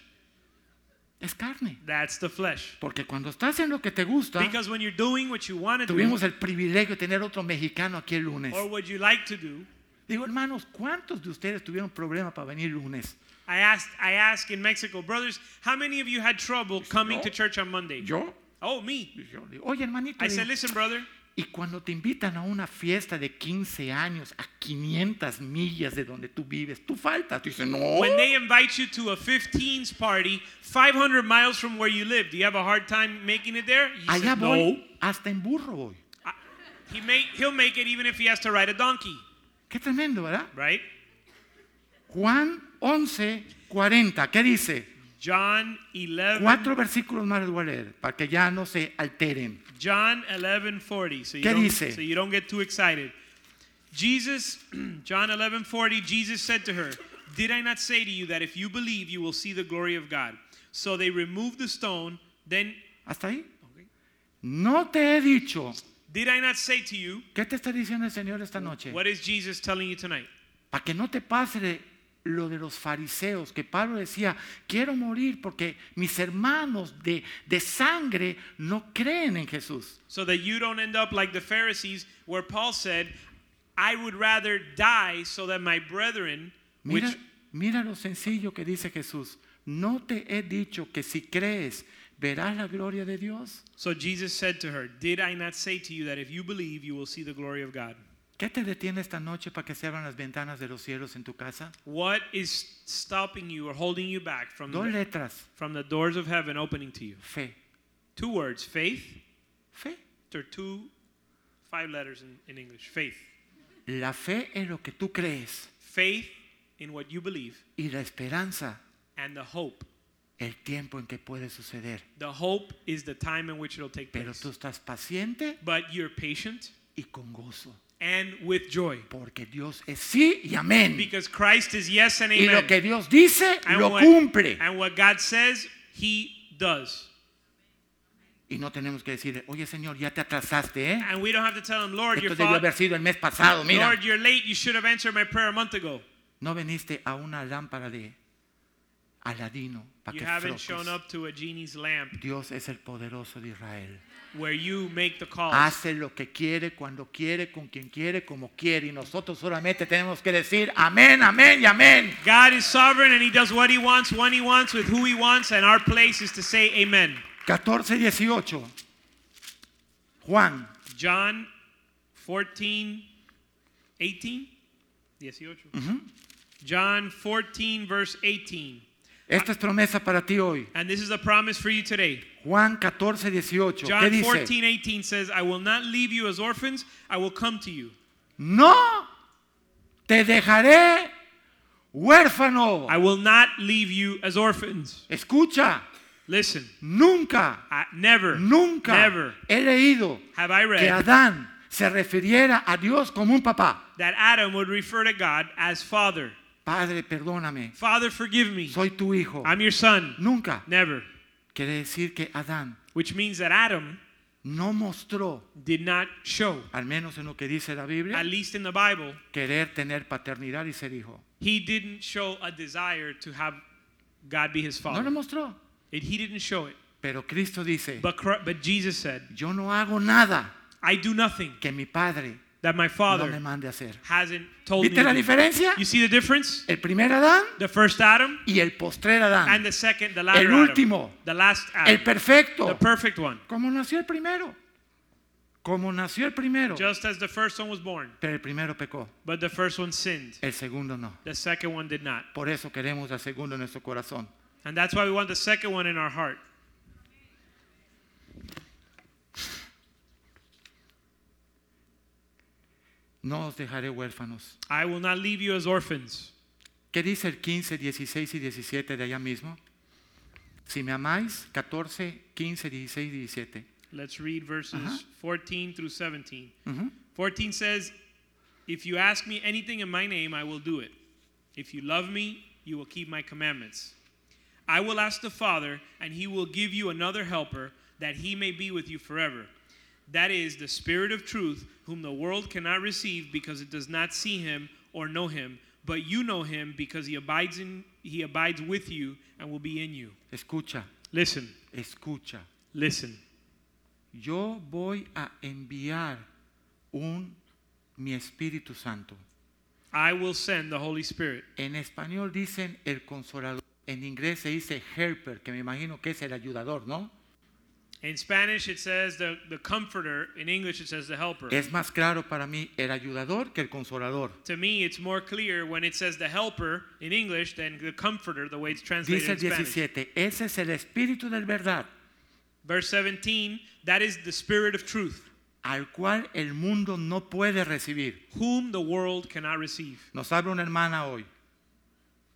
Es carne. That's the flesh. Porque cuando estás en lo que te gusta, Because when you're doing what you want to do tuvimos el privilegio de tener otro mexicano aquí el lunes. or what you like to do, Digo, hermanos, ¿cuántos de ustedes tuvieron problema para venir lunes? I asked I asked in Mexico, brothers, how many of you had trouble coming to church on Monday? Yo. Oh, me. yo digo, Oye, hermanito. I digo, said, "Listen, brother, y cuando te invitan a una fiesta de 15 años a 500 millas de donde tú vives, tú faltas. Tú dices, no. when they invite you to a 15s party 500 miles from where you live, do you have a hard time making it there?" You Allá said, voy, "No." hasta en burro voy. I- He may, he'll make it even if he has to ride a donkey, Qué tremendo, ¿verdad? right? Juan 11, 40, ¿qué dice? John 11 Cuatro versículos más les voy a leer para que ya no se alteren. John 11:40. So you ¿Qué don't, dice? So you don't get too excited. Jesus, John 11:40. Jesus said to her, "Did I not say to you that if you believe, you will see the glory of God?" So they removed the stone. Then, ¿Hasta ahí? No te he dicho. did I not say to you? ¿Qué te está diciendo el Señor esta noche? What is Jesus telling you tonight? Para que no te pase de- lo de los fariseos, que Pablo decía, quiero morir porque mis hermanos de, de sangre no creen en Jesús. So that you don't end up like the Pharisees, where Paul said, "I would rather die so that my brethren, Mira, which mira lo sencillo que dice Jesús. No te he dicho que si crees verás la gloria de Dios. So Jesus said to her, Did I not say to you that if you believe, you will see the glory of God? ¿Qué te detiene esta noche para que se abran las ventanas de los cielos en tu casa? What is stopping you or holding you back from Dos the, letras. from the doors of heaven opening to you? Fe. Two words, faith. Fe. There are two, five letters in, in English. Faith. La fe es lo que tú crees Faith in what you believe y la esperanza and the hope. el tiempo en que puede suceder. The hope is the time in which it'll take Pero place. tú estás paciente But you're patient y con gozo, and with joy porque Dios es sí y amén. because Christ is yes and Y amen. lo que Dios dice and, lo what, cumple. and what God says, He does. Y no tenemos que decir, oye Señor, ya te atrasaste, ¿eh? And we don't have to tell him, Lord, Esto you're, debió fa- haber sido el mes pasado, mira. Lord, you're late. You should have answered my prayer a month ago. No viniste a una lámpara de Aladino para You que haven't flotes. shown up to a genie's lamp Dios es el poderoso de Israel. where you make the calls. Hace lo que quiere, cuando quiere, con quien quiere, como quiere. Y nosotros solamente tenemos que decir amén, amén y amén. God is sovereign and He does what He wants, when He wants, with who He wants, and our place is to say Amen. 14, 18. Juan, John 14, 18? 18. Mm-hmm. John 14, verse 18. esta es promesa para ti hoy. And this is a promise for you today. Juan 14, 18. ¿Qué John dice? 14, 18 says, I will not leave you as orphans, I will come to you. No te dejaré huérfano. I will not leave you as orphans. Escucha, Listen, nunca, I, never, nunca never he leído have I que read Adán se refiriera a Dios como un papá. that Adam would refer to God as Father. Padre, perdóname, Father, forgive me. soy tu hijo. I'm your son. Nunca. Never. Quiere decir que Adán Which means that Adam no mostró, did not show, al menos en lo que dice la Biblia, at least in the Bible, querer tener paternidad y ser hijo. he didn't show a desire to have God be his No lo father. mostró. It, he didn't show it. Pero Cristo dice, But, Cr- but Jesus said, yo no hago nada I do nothing que mi padre that my no me father mande a hacer. hasn't told me. ¿Viste la to do. diferencia? You see the difference? El primer Adán The first Adam y el postrer and Adán. the second, the latter El Adam. último. the last Adam, El perfecto. the perfect one, Como nació el primero. Como nació el primero. just as the first one was born, Pero el primero pecó. but the first one sinned, El segundo no. the second one did not, Por eso queremos al segundo en nuestro corazón. and that's why we want the second one in our heart. No os dejaré huérfanos. I will not leave you as orphans. ¿Qué dice el 15, 16 y 17 de allá mismo? Si me amáis, 14, 15, 16 y 17. Let's read verses 14 through 17. Ujú. 14 says, If you ask me anything in my name, I will do it. If you love me, you will keep my commandments. I will ask the Father, and he will give you another helper, that he may be with you forever. That is the Spirit of truth, whom the world cannot receive because it does not see him or know him, but you know him because he abides in he abides with you and will be in you. Escucha, Listen, escucha. listen. Yo voy a enviar un mi Espíritu Santo. I will send the Holy Spirit. En español dicen el consolador. En inglés se dice helper, que me imagino que es el ayudador, ¿no? In Spanish, it says the, the comforter. In English, it says the helper. Es más claro para mí el ayudador que el consolador. To me, it's more clear when it says the helper in English than the comforter, the way it's translated Dice in el Spanish. 17, ese es el espíritu de verdad, Verse 17, that is the spirit of truth, al cual el mundo no puede recibir. whom the world cannot receive. Nos habla una hermana hoy,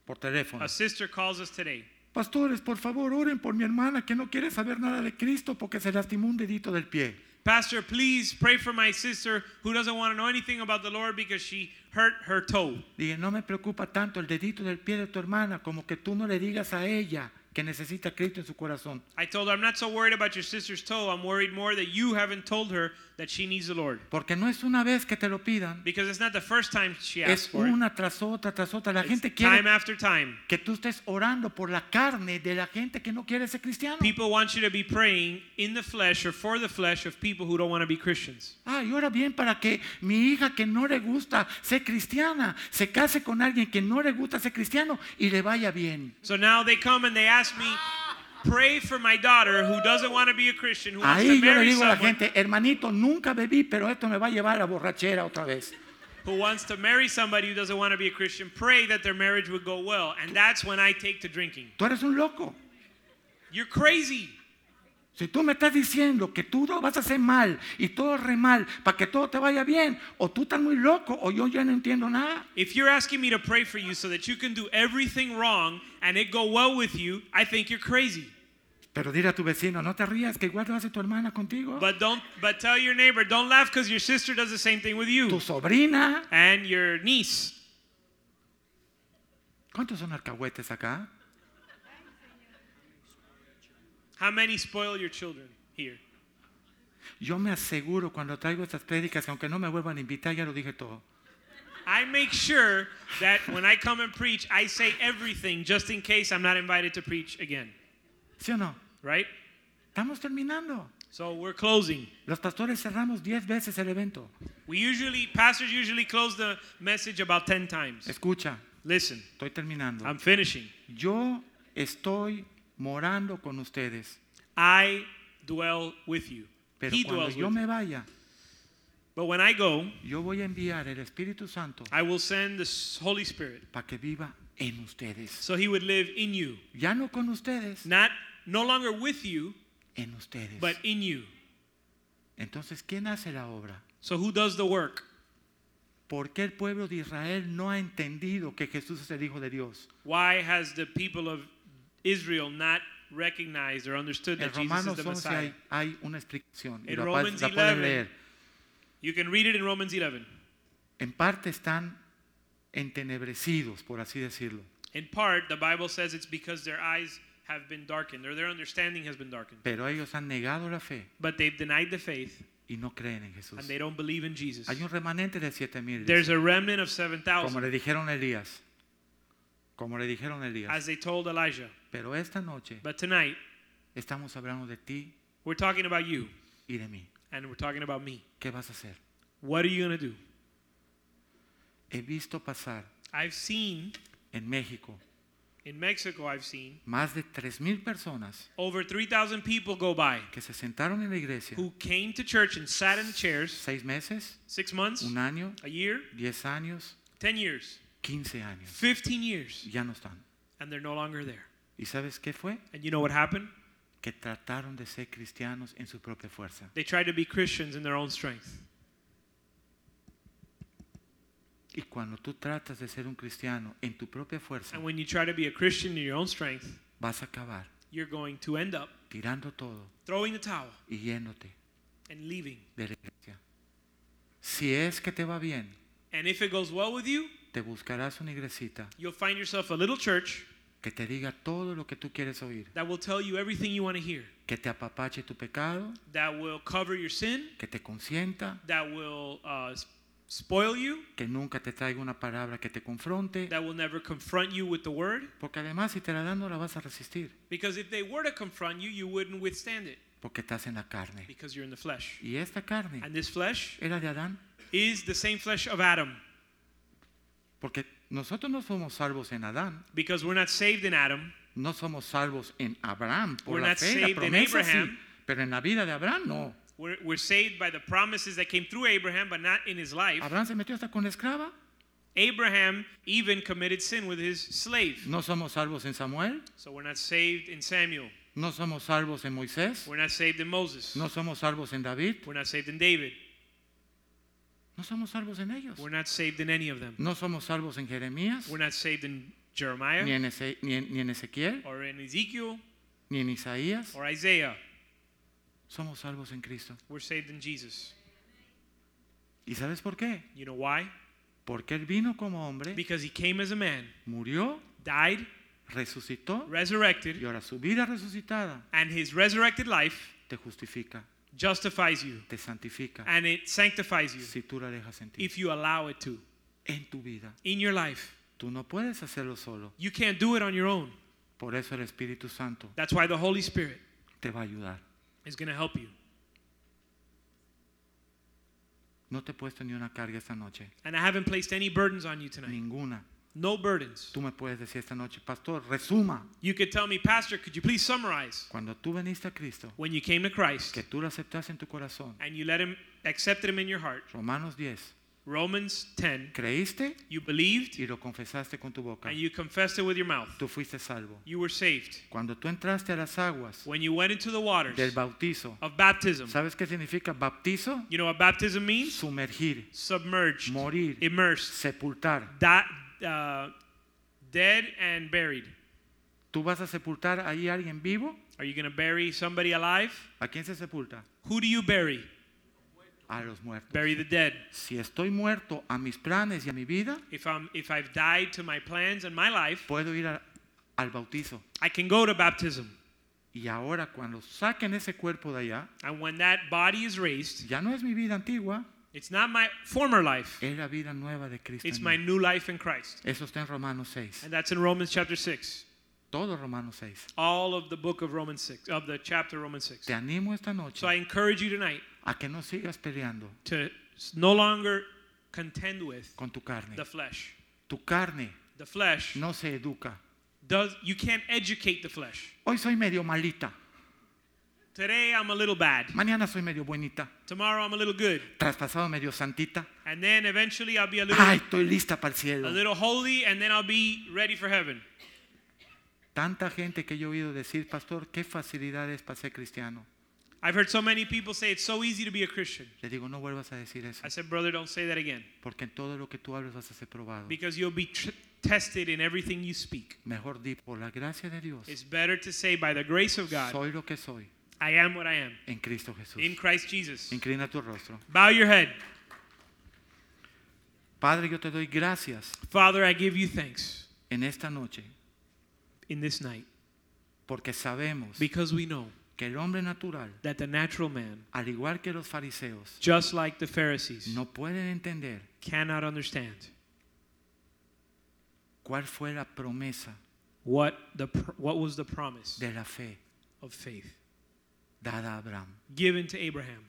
por teléfono. A sister calls us today. Pastores, por favor, oren por mi hermana que no quiere saber nada de Cristo porque se lastimó un dedito del pie. Pastor, please pray for my sister who doesn't want to know anything about the Lord because she hurt her toe. Dije, no me preocupa tanto el dedito del pie de tu hermana como que tú no le digas a ella que necesita a Cristo en su corazón. I told her, I'm not so worried about your sister's toe. I'm worried more that you haven't told her that she needs the Lord. Porque no es una vez que te lo pidan, Because it's not the first time she asked es for it. una tras otra, tras otra. La gente It's time quiere after time. que tú estés orando por la carne de la gente que no quiere ser cristiano. People want you to be praying in the flesh or for the flesh of people who don't want to be Christians. Ay, ora bien para que mi hija que no le gusta ser cristiana se case con alguien que no le gusta ser cristiano y le vaya bien. So now they come and they ask me, pray for my daughter who doesn't want to be a Christian, who wants Ahí to yo le marry digo a la someone, gente, hermanito, nunca bebí, pero esto me va a llevar a borrachera otra vez. who wants to marry somebody who doesn't want to be a Christian, pray that their marriage would go well. And that's when I take to drinking. Tú eres un loco. You're crazy. Si tú me estás diciendo que tú lo vas a hacer mal y todo re mal para que todo te vaya bien, o tú estás muy loco o yo ya no entiendo nada. If you're asking me to pray for you so that you can do everything wrong and it go well with you, I think you're crazy. Pero dile a tu vecino, no te rías, que igual lo hace tu hermana contigo. But don't but tell your neighbor, don't laugh because your sister does the same thing with Tu you. sobrina. And your niece. ¿Cuántos son alcahuetes acá? How many spoil your children here? Yo me aseguro cuando traigo estas prédicas que aunque no me vuelvan a invitar, ya lo dije todo. I make sure that when I come and preach, I say everything just in case I'm not invited to preach again, ¿Sí o no? right? Estamos terminando. So we're closing. Los pastores cerramos 10 veces el evento. We usually, pastors usually close the message about 10 times. Escucha, Listen, estoy terminando. I'm finishing. Yo estoy morando con ustedes, I dwell with you. pero He cuando dwells yo with you. me vaya, But when I go, yo voy a enviar el Espíritu Santo I will send the S- Holy Spirit para que viva en ustedes. so he would live in you. Ya no con ustedes, Not no longer with you, en ustedes. but in you. Entonces, ¿quién hace la obra? So who does the work? ¿Por qué el pueblo de Israel no ha entendido que Jesús es el Hijo de Dios? Why has the people of Israel not recognized or understood En that Jesus is Romanos the 11 Messiah? hay, hay una explicación. Y En la, pa- Romans la pueden 11. leer. You can read it in Romans 11. En parte están entenebrecidos, por así decirlo. In part, the Bible says it's because their eyes have been darkened or their understanding has been darkened. Pero ellos han negado la fe But they've denied the faith y no creen en Jesús. and they don't believe in Jesus. Hay un remanente de siete mil. There's a remnant of Como 7,000, le dijeron a Elías. Como le dijeron a Elías. as they told Elijah. Pero esta noche But tonight, estamos hablando de ti we're talking about you y de mí. and we're talking about me. ¿Qué vas a hacer? What are you going to do? He visto pasar I've seen en México in Mexico, I've seen más de tres mil personas over 3,000 people go by que se sentaron en la iglesia who came to church and sat in chairs seis meses, six months, un año, a year, diez años, 10 years, quince años. 15 years, Ya no están. and they're no longer there. ¿Y sabes qué fue? And you know what happened? Que trataron de ser cristianos en su propia fuerza. They tried to be Christians in their own strength. Y cuando tú tratas de ser un cristiano en tu propia fuerza, And when you try to be a Christian in your own strength, vas a acabar you're going to end up tirando todo throwing the towel y yéndote and leaving. de la iglesia. Si es que te va bien, And if it goes well with you, te buscarás una iglesita you'll find yourself a little church que te diga todo lo que tú quieres oír, that will tell you everything you want to hear, que te apapache tu pecado, that will cover your sin, que te consienta, that will uh, s- spoil you, que nunca te traiga una palabra que te confronte, that will never confront you with the word. porque además si te la dan no la vas a resistir, Because if they were to confront you, you wouldn't withstand it porque estás en la carne. because you're in the flesh. Y esta carne And this flesh era de Adán, is the same flesh of Adam porque nosotros no somos salvos en Adán, because we're not saved in Adam. no somos salvos en Abraham por We're la not fe, la saved in promesa sí, Abraham. pero en la vida de Abraham no. We're, we're saved by the promises that came through Abraham, but not in his life. Abraham se metió hasta con la esclava. Abraham even committed sin with his slave. No somos salvos en Samuel, So we're not saved in Samuel. no somos salvos en Moisés, We're not saved in Moses. no somos salvos en David, We're not saved in David. no somos salvos en ellos. We're not saved in any of them. No somos salvos en Jeremías, We're not saved in ni Jeremiah en, Ese- ni en- ni en Ezequiel, or in Ezekiel ni en Isaías. or Isaiah. Somos salvos en Cristo. We're saved in Jesus. ¿Y sabes por qué? You know why? Porque Él vino como hombre, Because he came as a man, murió, died, resucitó, y resurrected, ahora su vida resucitada and his resurrected life te justifica, justifies you te santifica, and it sanctifies you si tú la dejas en ti, if you allow it to en tu vida. in your life. Tú no puedes hacerlo solo. You can't do it on your own. Por eso el Espíritu Santo That's why the Holy Spirit te va a ayudar. is going to help you. No te he puesto ni una carga esta noche. And I haven't placed any burdens on you tonight. Ninguna. No burdens. Tú me puedes decir esta noche, pastor, resuma. You could tell me, Pastor, could you please summarize Cuando tú veniste a Cristo, when you came to Christ que tú lo aceptaste en tu corazón. and you let him accepted him in your heart? Romanos 10. Romans 10. Creíste You believed y lo confesaste con tu boca. and you confessed it with your mouth. Tú fuiste salvo. You were saved. Cuando tú entraste a las aguas When you went into the waters del bautizo, of baptism, ¿sabes qué significa bautizo? you know what baptism means? Sumergir, Submerged, morir, immersed, sepultar. that, uh, dead and buried. ¿Tú vas a sepultar ahí a alguien vivo? Are you going to bury somebody alive? ¿A quién se sepulta? Who do you bury? A los muertos. Bury the dead. Si estoy muerto a mis planes y a mi vida, If I'm if I've died to my plans and my life, puedo ir a- al bautizo. I can go to baptism. Y ahora cuando saquen ese cuerpo de allá, And when that body is raised, ya no es mi vida antigua, it's not my former life. es la vida nueva de Cristo. It's en my mí. new life in Christ. Eso está en Romanos 6. And that's in Romans chapter 6. Todo Romanos 6. All of the book of Romans 6 of the chapter Romans 6. Te animo esta noche So I encourage you tonight a que no sigas peleando to s- no longer contend with con tu carne. the flesh. Tu carne The flesh no se educa. does you can't educate the flesh. Hoy soy medio malita, Today I'm a little bad. mañana soy medio buenita, Tomorrow I'm a little good. traspasado medio santita. And then eventually I'll be a little Ay, estoy lista para el a cielo. little holy and then I'll be ready for heaven. Tanta gente que yo he oído decir, pastor, qué facilidad es para ser cristiano. I've heard so many people say it's so easy to be a Christian. Le digo, no vuelvas a decir eso, I said, brother, don't say that again porque en todo lo que tú hables vas a ser probado. because you'll be tr- tested in everything you speak. Mejor di, por la gracia de Dios, It's better to say, by the grace of God, soy lo que soy I am what I am en Cristo Jesús. in Christ Jesus. Inclina tu rostro. Bow your head. Padre, yo te doy gracias Father, I give you thanks en esta noche, in this night porque sabemos because we know que el hombre natural, that the natural man, al igual que los fariseos, just like the Pharisees, no pueden entender cannot understand cuál fue la promesa what, the pr- what was the promise de la fe of faith dada a Abraham. given to Abraham.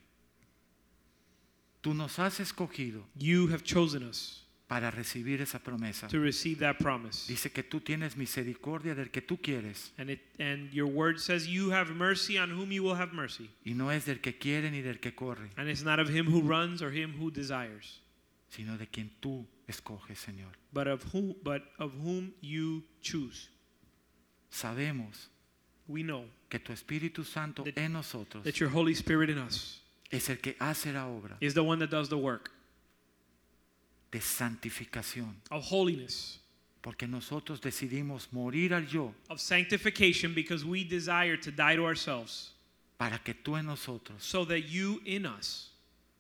Tú nos has escogido You have chosen us para recibir esa promesa. to receive that promise. Dice que tú tienes misericordia del que tú quieres And it and your word says you have mercy on whom you will have mercy. y no es del que quiere ni del que corre, And it's not of him who runs or him who desires, sino de quien tú escoges, Señor. but of whom but of whom you choose. Sabemos We know que tu Espíritu Santo That- en nosotros that your Holy Spirit in us es el que hace la obra. is the one that does the work. de santificación, of holiness, porque nosotros decidimos morir al yo of sanctification, because we desire to die to ourselves, para que tú en nosotros so that you in us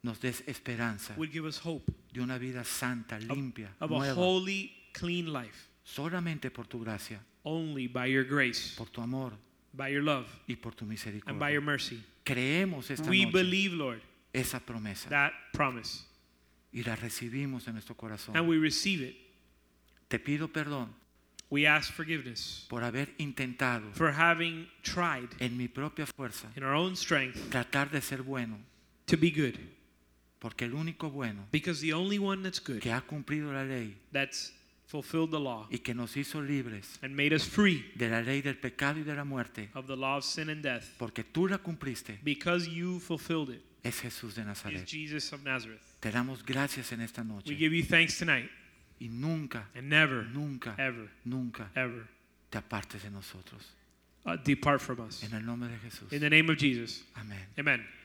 nos des esperanza would give us hope de una vida santa, limpia, of a nueva, holy, clean life, solamente por tu gracia, only by your grace, por tu amor by your love, y por tu and by misericordia. your mercy. Creemos esta We noche believe, Lord, esa promesa that promise, y la recibimos en nuestro and corazón. we receive it. Te pido perdón We ask forgiveness por haber intentado for having tried en mi propia fuerza in our own strength tratar de ser bueno, to be good, porque el único bueno because the only one that's good, que ha cumplido la ley that's fulfilled the law y que nos hizo libres and made us free de la ley del pecado y de la muerte, of the law of sin and death, porque tú la cumpliste, because you fulfilled it, es Jesús de is Nazaret. Jesus of Nazareth. Te damos gracias en esta We noche give you thanks tonight y nunca, and never, nunca, ever, nunca ever te apartes de nosotros. uh, depart from us. En el nombre de Jesús. In the name of Jesus. Amén. Amen.